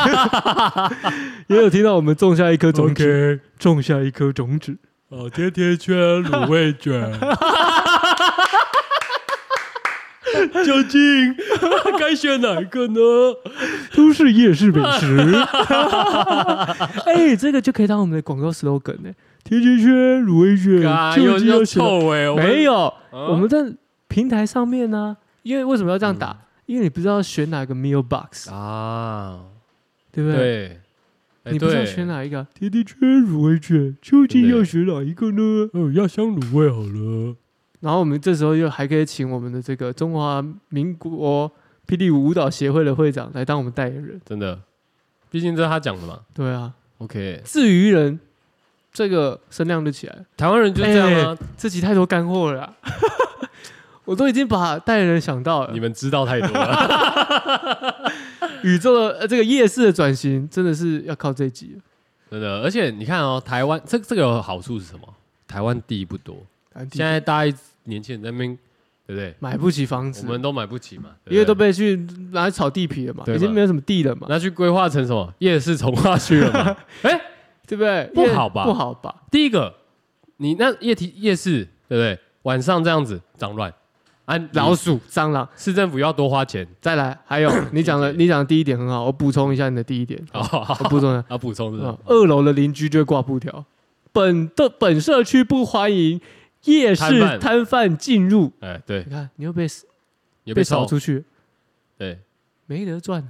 S2: 也有听到我们种下一颗种子，种下一颗种子，
S1: 哦，甜甜圈、卤味 卷、酒精，该选哪个呢？
S2: 都是夜市美食。 哎，这个就可以当我们的广告 slogan 呢、甜甜圈、卤 味
S1: 啊，
S2: 卷，
S1: 又
S2: 就就
S1: 又
S2: 要选
S1: 臭味，我们
S2: 没，有，
S1: 嗯
S2: 我们在平台上面呢、因为为什么要这样打？因为你不知道选哪个 meal box，、
S1: 啊，
S2: 对不对？
S1: 对，哎
S2: 你不知道
S1: 对
S2: 选哪一个甜甜圈、卤味卷，究竟
S1: 真的
S2: 要选哪一个呢？
S1: 哦，要香卤味好了。
S2: 然后我们这时候又还可以请我们的这个中华民国霹雳舞舞蹈协会的会长来当我们代言人。
S1: 真的，毕竟这是他讲的嘛。
S2: 对啊，
S1: OK，
S2: 至于人，这个声量就起来了。
S1: 台湾人就这样啊，
S2: 这集太多干货了啦，啊 我都已经把代言人想到了
S1: 你。们知道太多了。
S2: 宇宙的、呃、这个夜市的转型真的是要靠这一集了，
S1: 真的，而且你看哦，台湾这这个有好处是什么？台湾地不多，
S2: 安迪
S1: 现在大家一直年轻人在那边，对不对？
S2: 买不起房子，
S1: 我们都买不起嘛，对不对
S2: 因为都被去拿来炒地皮了嘛，
S1: 对嘛
S2: 已经没有什么地了嘛，
S1: 拿去规划成什么夜市从化区了 嘛？哎，
S2: 对不对？
S1: 不好吧
S2: 因为不 好吧？
S1: 第一个，你那夜提夜市，对不对？晚上这样子脏乱，啊，
S2: 老
S1: 老
S2: 鼠、蟑螂，
S1: 市政府要多花 钱
S2: 再来，还有你 讲的，你讲的第一点很好，我补充一下你的第一点，
S1: 哦，好
S2: 我补充一下，
S1: 要补充是不是
S2: 嗯二楼的邻居就会挂布条，本的本社区不欢迎夜
S1: 摊
S2: 市
S1: 贩
S2: 摊贩进入。
S1: 哎，对，
S2: 你看，你又被
S1: 也
S2: 被
S1: 扫
S2: 扫，出去，
S1: 对，啊
S2: 没得赚，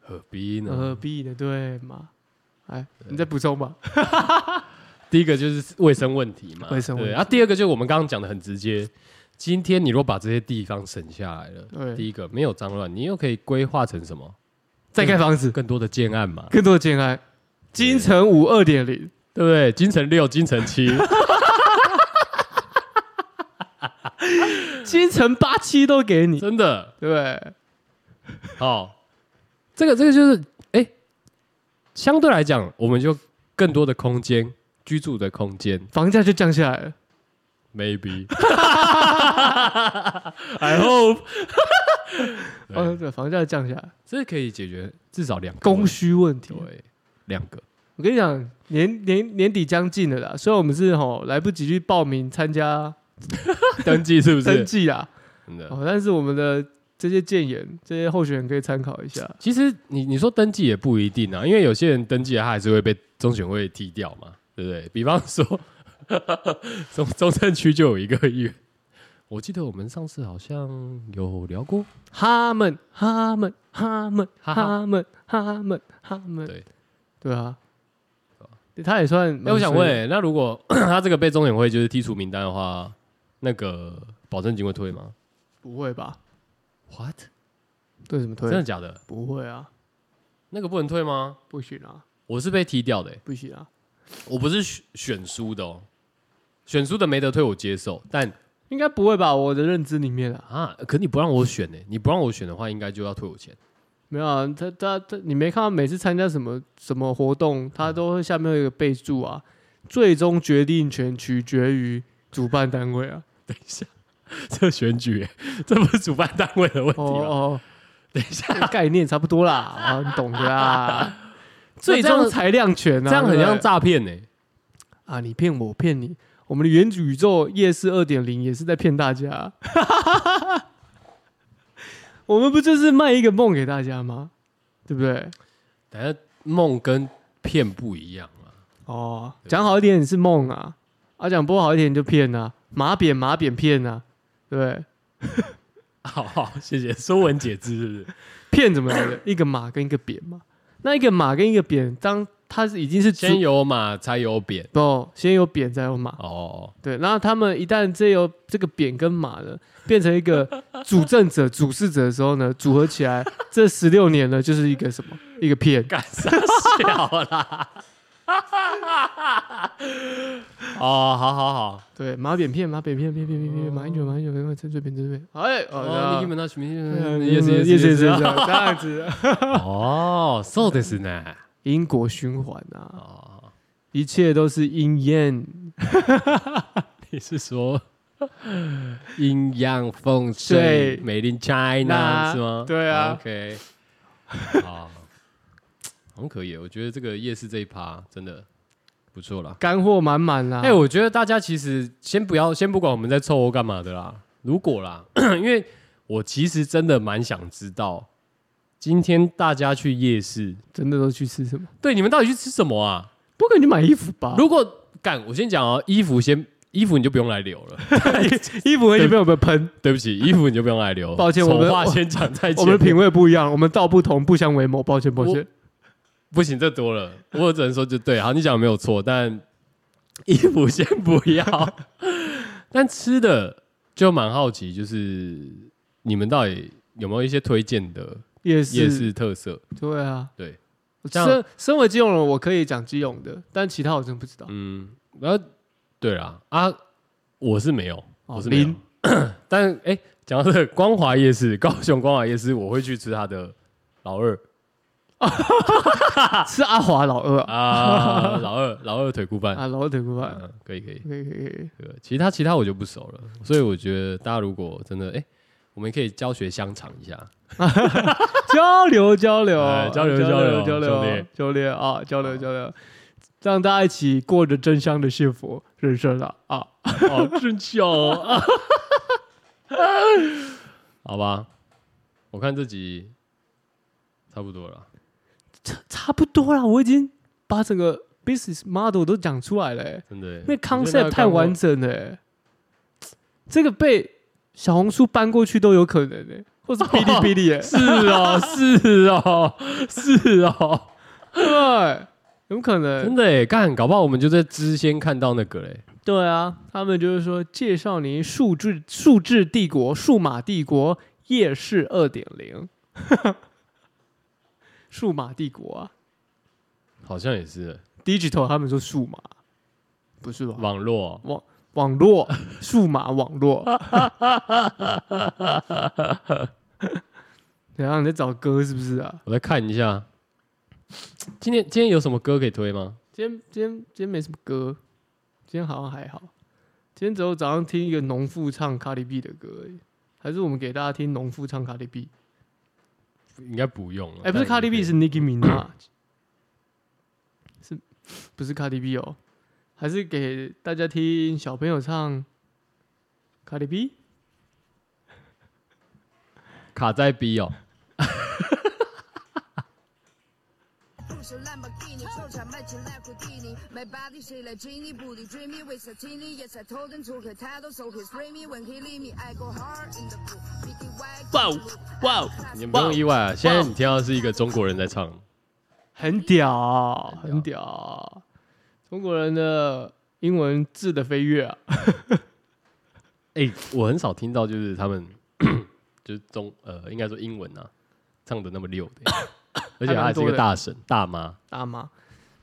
S1: 何必呢？
S2: 何必呢？对嘛？哎，你再补充吧。
S1: 第一个就是卫生问题嘛，
S2: 卫生问题
S1: 对啊，第二个就是我们刚刚讲的很直接，今天你若把这些地方省下来了，
S2: 对，
S1: 第一个没有脏乱，你又可以规划成什么？
S2: 再盖房子，
S1: 更多的建案嘛，
S2: 更多的建安，金城五二点零，
S1: 对不对？金城六、金城 七，
S2: 金城八七都给你，
S1: 真的
S2: 对不对？
S1: 哦，这个这个就是哎，相对来讲，我们就更多的空间，居住的空间
S2: 房价就降下来了。
S1: ，maybe。I hope，对
S2: 哦，对，房价降下来，
S1: 这可以解决至少两个
S2: 供
S1: 问题
S2: 需问题。
S1: 对两个
S2: 我跟你讲，年年年底将近了啦，虽然我们是吼来不及去报名参加
S1: 登记是不
S2: 登
S1: 是？
S2: 记啦，
S1: 真的，
S2: 哦，但是我们的这些建言、这些候选人可以参考一下。
S1: 其实你你说登记也不一定啊，因为有些人登记了，他还是会被中选会踢掉嘛，对不对？比方说， 中中正区就有一个议员，我记得我们上次好像有聊过，
S2: 他们，他们，他们，
S1: 哈哈
S2: 他们，他们，他们，
S1: 对，
S2: 对啊，他也算蛮
S1: 哎、我想
S2: 衰
S1: 问、
S2: 的，
S1: 那如果 他这个被中选会就是剔除名单的话，那个保证金会退吗
S2: 不会吧？
S1: ？What？
S2: 对什么
S1: 真的
S2: 推？
S1: 假的？
S2: 不会啊，
S1: 那个不能退吗？
S2: 不行啊，
S1: 我是被踢掉的欸、
S2: 不行啊，
S1: 我不是选选书的哦，选书的没得退我接受，但
S2: 应该不会吧？我的认知里面啊，
S1: 啊，可你不让我选呢、欸你不让我选的话，应该就要退我钱。
S2: 没有啊，他他他，你没看到每次参加什么什么活动，他都会下面有一个备注啊，最终决定权取决于主办单位啊。
S1: 这选举欸，这不是主办单位的问题
S2: 哦
S1: 吗？
S2: 哦，
S1: 等一下，
S2: 这个概念差不多啦， 啊，你懂的啦。最
S1: 这样
S2: 终裁量权啊，
S1: 这样很
S2: 对不对
S1: 像诈骗呢。
S2: 啊，你骗我，我骗你。我们的元宇宙夜市二点零也是在骗大 家，我们不就是卖一个梦给大家吗？对不对？
S1: 等一下梦跟骗不一样啊。
S2: 哦，讲好一点是梦啊，啊，讲不好一点就骗啊，马扁马扁骗啊，对不对？
S1: 好好，谢谢。说文解字 是不是？
S2: 骗怎么来的？一个马跟一个扁嘛，那一个马跟一个扁，当它是已经是
S1: 先
S2: 有
S1: 有马才有扁。
S2: 不先有扁再有马，
S1: 哦，
S2: 对，然后他们一旦这有这个扁跟马呢，变成一个主政者、主事者的时候呢，组合起来，这十六年呢，就是一个什么？一个片。
S1: 干啥笑啊啦？ 哦，好好好。
S2: 对，马扁片，马扁片，片片片片，马英九，马英九，马英九，陈水扁，陈水扁。哎，
S1: 哦，
S2: 哦，
S1: 你们
S2: 们
S1: 那嗯什么？
S2: 也
S1: 也
S2: 是
S1: 是
S2: 也
S1: 也
S2: 是
S1: 是
S2: 也是
S1: 也是。
S2: 这样子，
S1: 哦，そうですね。
S2: 因果循环啊，
S1: 哦，
S2: 一切都是因缘。
S1: 你是说阴阳风水
S2: 对
S1: 美 a China
S2: 那
S1: 是吗？
S2: 对啊
S1: ，OK，好，很可以耶。我觉得这个夜市这一趴真的不错啦。
S2: 干货满满啦！
S1: 哎、我觉得大家其实先不要，先不管我们在凑合干嘛的啦。如果啦， 因为我其实真的蛮想知道，今天大家去夜市，
S2: 真的都去吃什么？
S1: 对你们到底去吃什么啊？
S2: 不可能去买衣服吧？
S1: 如果敢，我先讲哦，衣服先，衣服你就不用来留了。
S2: 衣服会被我们喷，
S1: 对不起，衣服你就不用来留。
S2: 抱歉我们
S1: 丑话先讲再见。
S2: 我们的品味不一样，我们道不同不相为谋。抱歉，抱
S1: 我
S2: 歉。
S1: 不行，这多了，我只能说就对。好，你讲的没有错，但衣服先不要。 但吃的就蛮好奇，就是你们到底有没有一些推荐的
S2: 夜市，
S1: 夜市特色？
S2: 对啊，
S1: 对
S2: 我
S1: 这样
S2: 身身为基隆人，我可以讲基隆的，但其他我真不知道。
S1: 嗯，然后对啦，啊，我是没有，
S2: 哦
S1: 我是没有
S2: 零。
S1: 但哎，讲、到这个光华夜市，高雄光华夜市，我会去吃它的老二。
S2: 啊是阿华老二 啊，
S1: 啊，老二老二腿骨饭，
S2: 啊老二腿骨饭，
S1: 嗯，可以可以，
S2: 可以可以可以，
S1: 这个其他其他我就不熟了，所以我觉得大家如果真的哎、我们可以教学相长一下，
S2: 交流交流
S1: 哎交流
S2: 交
S1: 交流兄
S2: 交流
S1: 弟
S2: 交流啊交流交流，让大家一起过着真香的幸福人生了啊！
S1: 哦，真巧、哦， 好吧，我看这集差不多了。
S2: 差差不多啦，我已经把整个 business model 都讲出来了、欸，
S1: 真的耶，
S2: 那
S1: 我觉得
S2: concept
S1: 个
S2: 太完整了、欸，这个被小红书搬过去都有可能的、欸，或是哔哩哔哩、欸，
S1: 是哦，是哦，是哦，
S2: 对， 有可能
S1: 真，的耶，干，搞不好我们就在之先看到那个嘞，
S2: 对啊，他们就是说介绍您数字数字帝国、数码帝国夜市二点零， 数码帝国啊
S1: 好像也是耶
S2: ，digital 他们说数码，不是吧？
S1: 网络
S2: 网络，数码网 络。怎样？你在找歌是不是啊？
S1: 我来看一下，今天今天有什么歌可以推吗？
S2: 今天今天今天没什么歌，今天好像还好。今天只有早上听一个农妇唱卡里币的歌而已，还是我们给大家听农妇唱卡里币？
S1: 应该不用了。
S2: 哎、不是卡里币，
S1: 但
S2: 是 Nicki Minaj，是不是卡里币哦？还是给大家听小朋友唱卡里币？
S1: 卡在 B 哦，
S3: 路是兰博基尼，手上买起兰博基尼，买巴黎谁来追你？不理追你，为啥听你？也才头灯出黑，抬头手黑，spray me when he leave me, I go hard in the pool, Vicky White.
S2: 哇哦哇哦
S1: 你们不用意外啊。现在你听到是一个中国人在唱，
S2: 很屌，
S1: 很屌
S2: 很屌，中国人的英文字的飞跃啊！
S1: 哎、我很少听到就是他们 就是中呃，应该说英文啊，唱的那么溜 的，而且他还是一个大神大妈。
S2: 大妈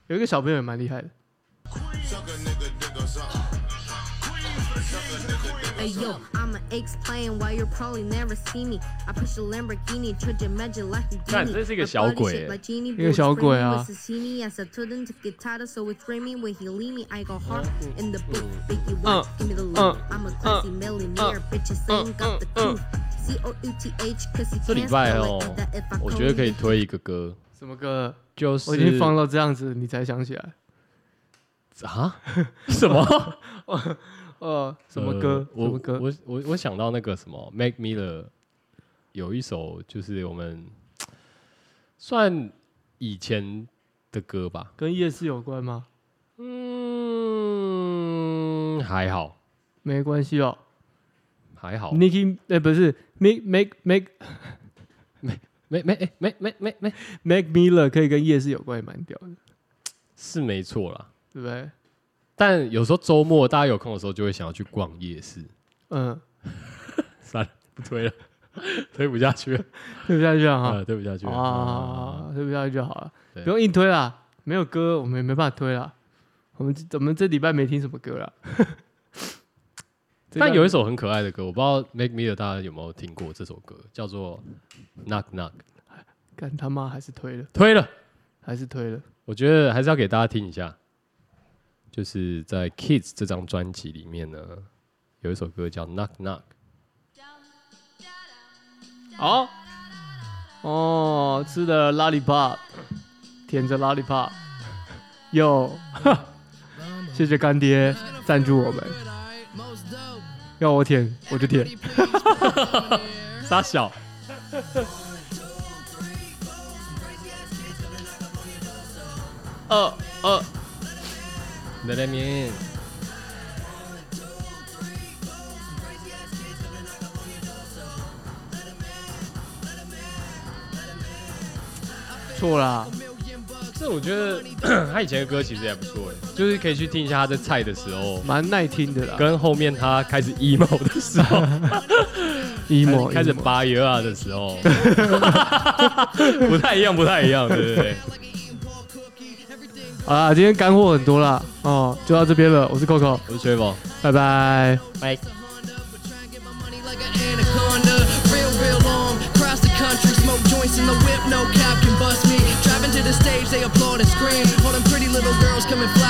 S2: 有一个小朋友也蛮厉害的，
S4: Hey yo, I'ma explain why you'll probably never see me. I push a Lamborghini to the magic like a
S1: 看
S4: genie.
S1: 这是一个
S4: My
S1: 小
S4: body
S1: 鬼欸
S4: shaped like genie,
S2: 一个小
S4: boys
S2: 鬼啊
S4: screaming, "Must see me as I told them to get tired, so it's dreaming when he leave me. I go hard in the booth, Biggie Woods, give me the look. I'm a classy millionaire, bitches ain't got the truth. C O E T H, 'cause he
S1: 这
S4: can't
S1: 礼
S4: spell
S1: 拜
S4: it
S1: 哦
S4: and that if I，
S1: 我
S4: call
S1: 觉得可以
S4: you-
S1: 推一个歌，
S2: 什么歌？
S1: 就是
S2: 我已经放到这样子，你才想起来？
S1: 啊 什么？
S2: 呃， 什么歌
S1: 呃？
S2: 什么
S1: 我
S2: 歌？
S1: 我我我想到那个什么 Mac Miller 有一首就是我们算以前的歌吧，
S2: 跟夜市有关吗？
S1: 嗯，还好
S2: 没关系哦。
S1: 还好，
S2: Nicki，哎、不是，Make Make Make
S1: 没没哎没没没没
S2: Make Miller 可以跟夜市有关，也蛮屌的，
S1: 是没错啦。
S2: 对不对？
S1: 但有时候周末大家有空的时候，就会想要去逛夜市。
S2: 嗯，
S1: 算了，不推了，推不下去了，
S2: 对不下去啊哈。
S1: 呃，推不下去了。啊，
S2: 啊，推不下去就好了，
S1: 对
S2: 不用硬推啦。没有歌，我们也没办法推啦。我们我们这礼拜没听什么歌啦。
S1: 但有一
S2: 首
S1: 首很可爱的歌，我不知道 Make Me 的大家有没有听过这首歌，叫做 Knock Knock。
S2: 干他妈还是推了，
S1: 推了，
S2: 还是推了。
S1: 我觉得还是要给大家听一下，就是在 Kids 这张专辑里面呢，有一首歌叫 Knock Knock。
S2: 好、哦，吃的 lollipop，舔着 lollipop，哟， 谢谢干爹赞助我们，要我舔我就舔。
S1: 傻小，
S2: 呃呃，
S1: 你在那边。
S2: 错啦，
S1: 这我觉得 他以前的歌其实也不错，哎，就是可以去听一下他在菜的时候，
S2: 蛮耐听的啦。
S1: 跟后面他开始 emo 的时候，
S2: emo
S1: 开始
S2: emo
S1: 拔油啊的时候， 不太一样，不太一样，对不对？
S2: 好啊啦，今天干货很多啦，哦，就到这边了。我是 Coco，
S1: 我是吹风。
S2: 拜拜。
S5: like an anaconda. Real, real long. Cross the country, smoke joints in the whip, no cap can bust me. Driving to the stage, they applaud and scream. All them pretty little girls coming fly.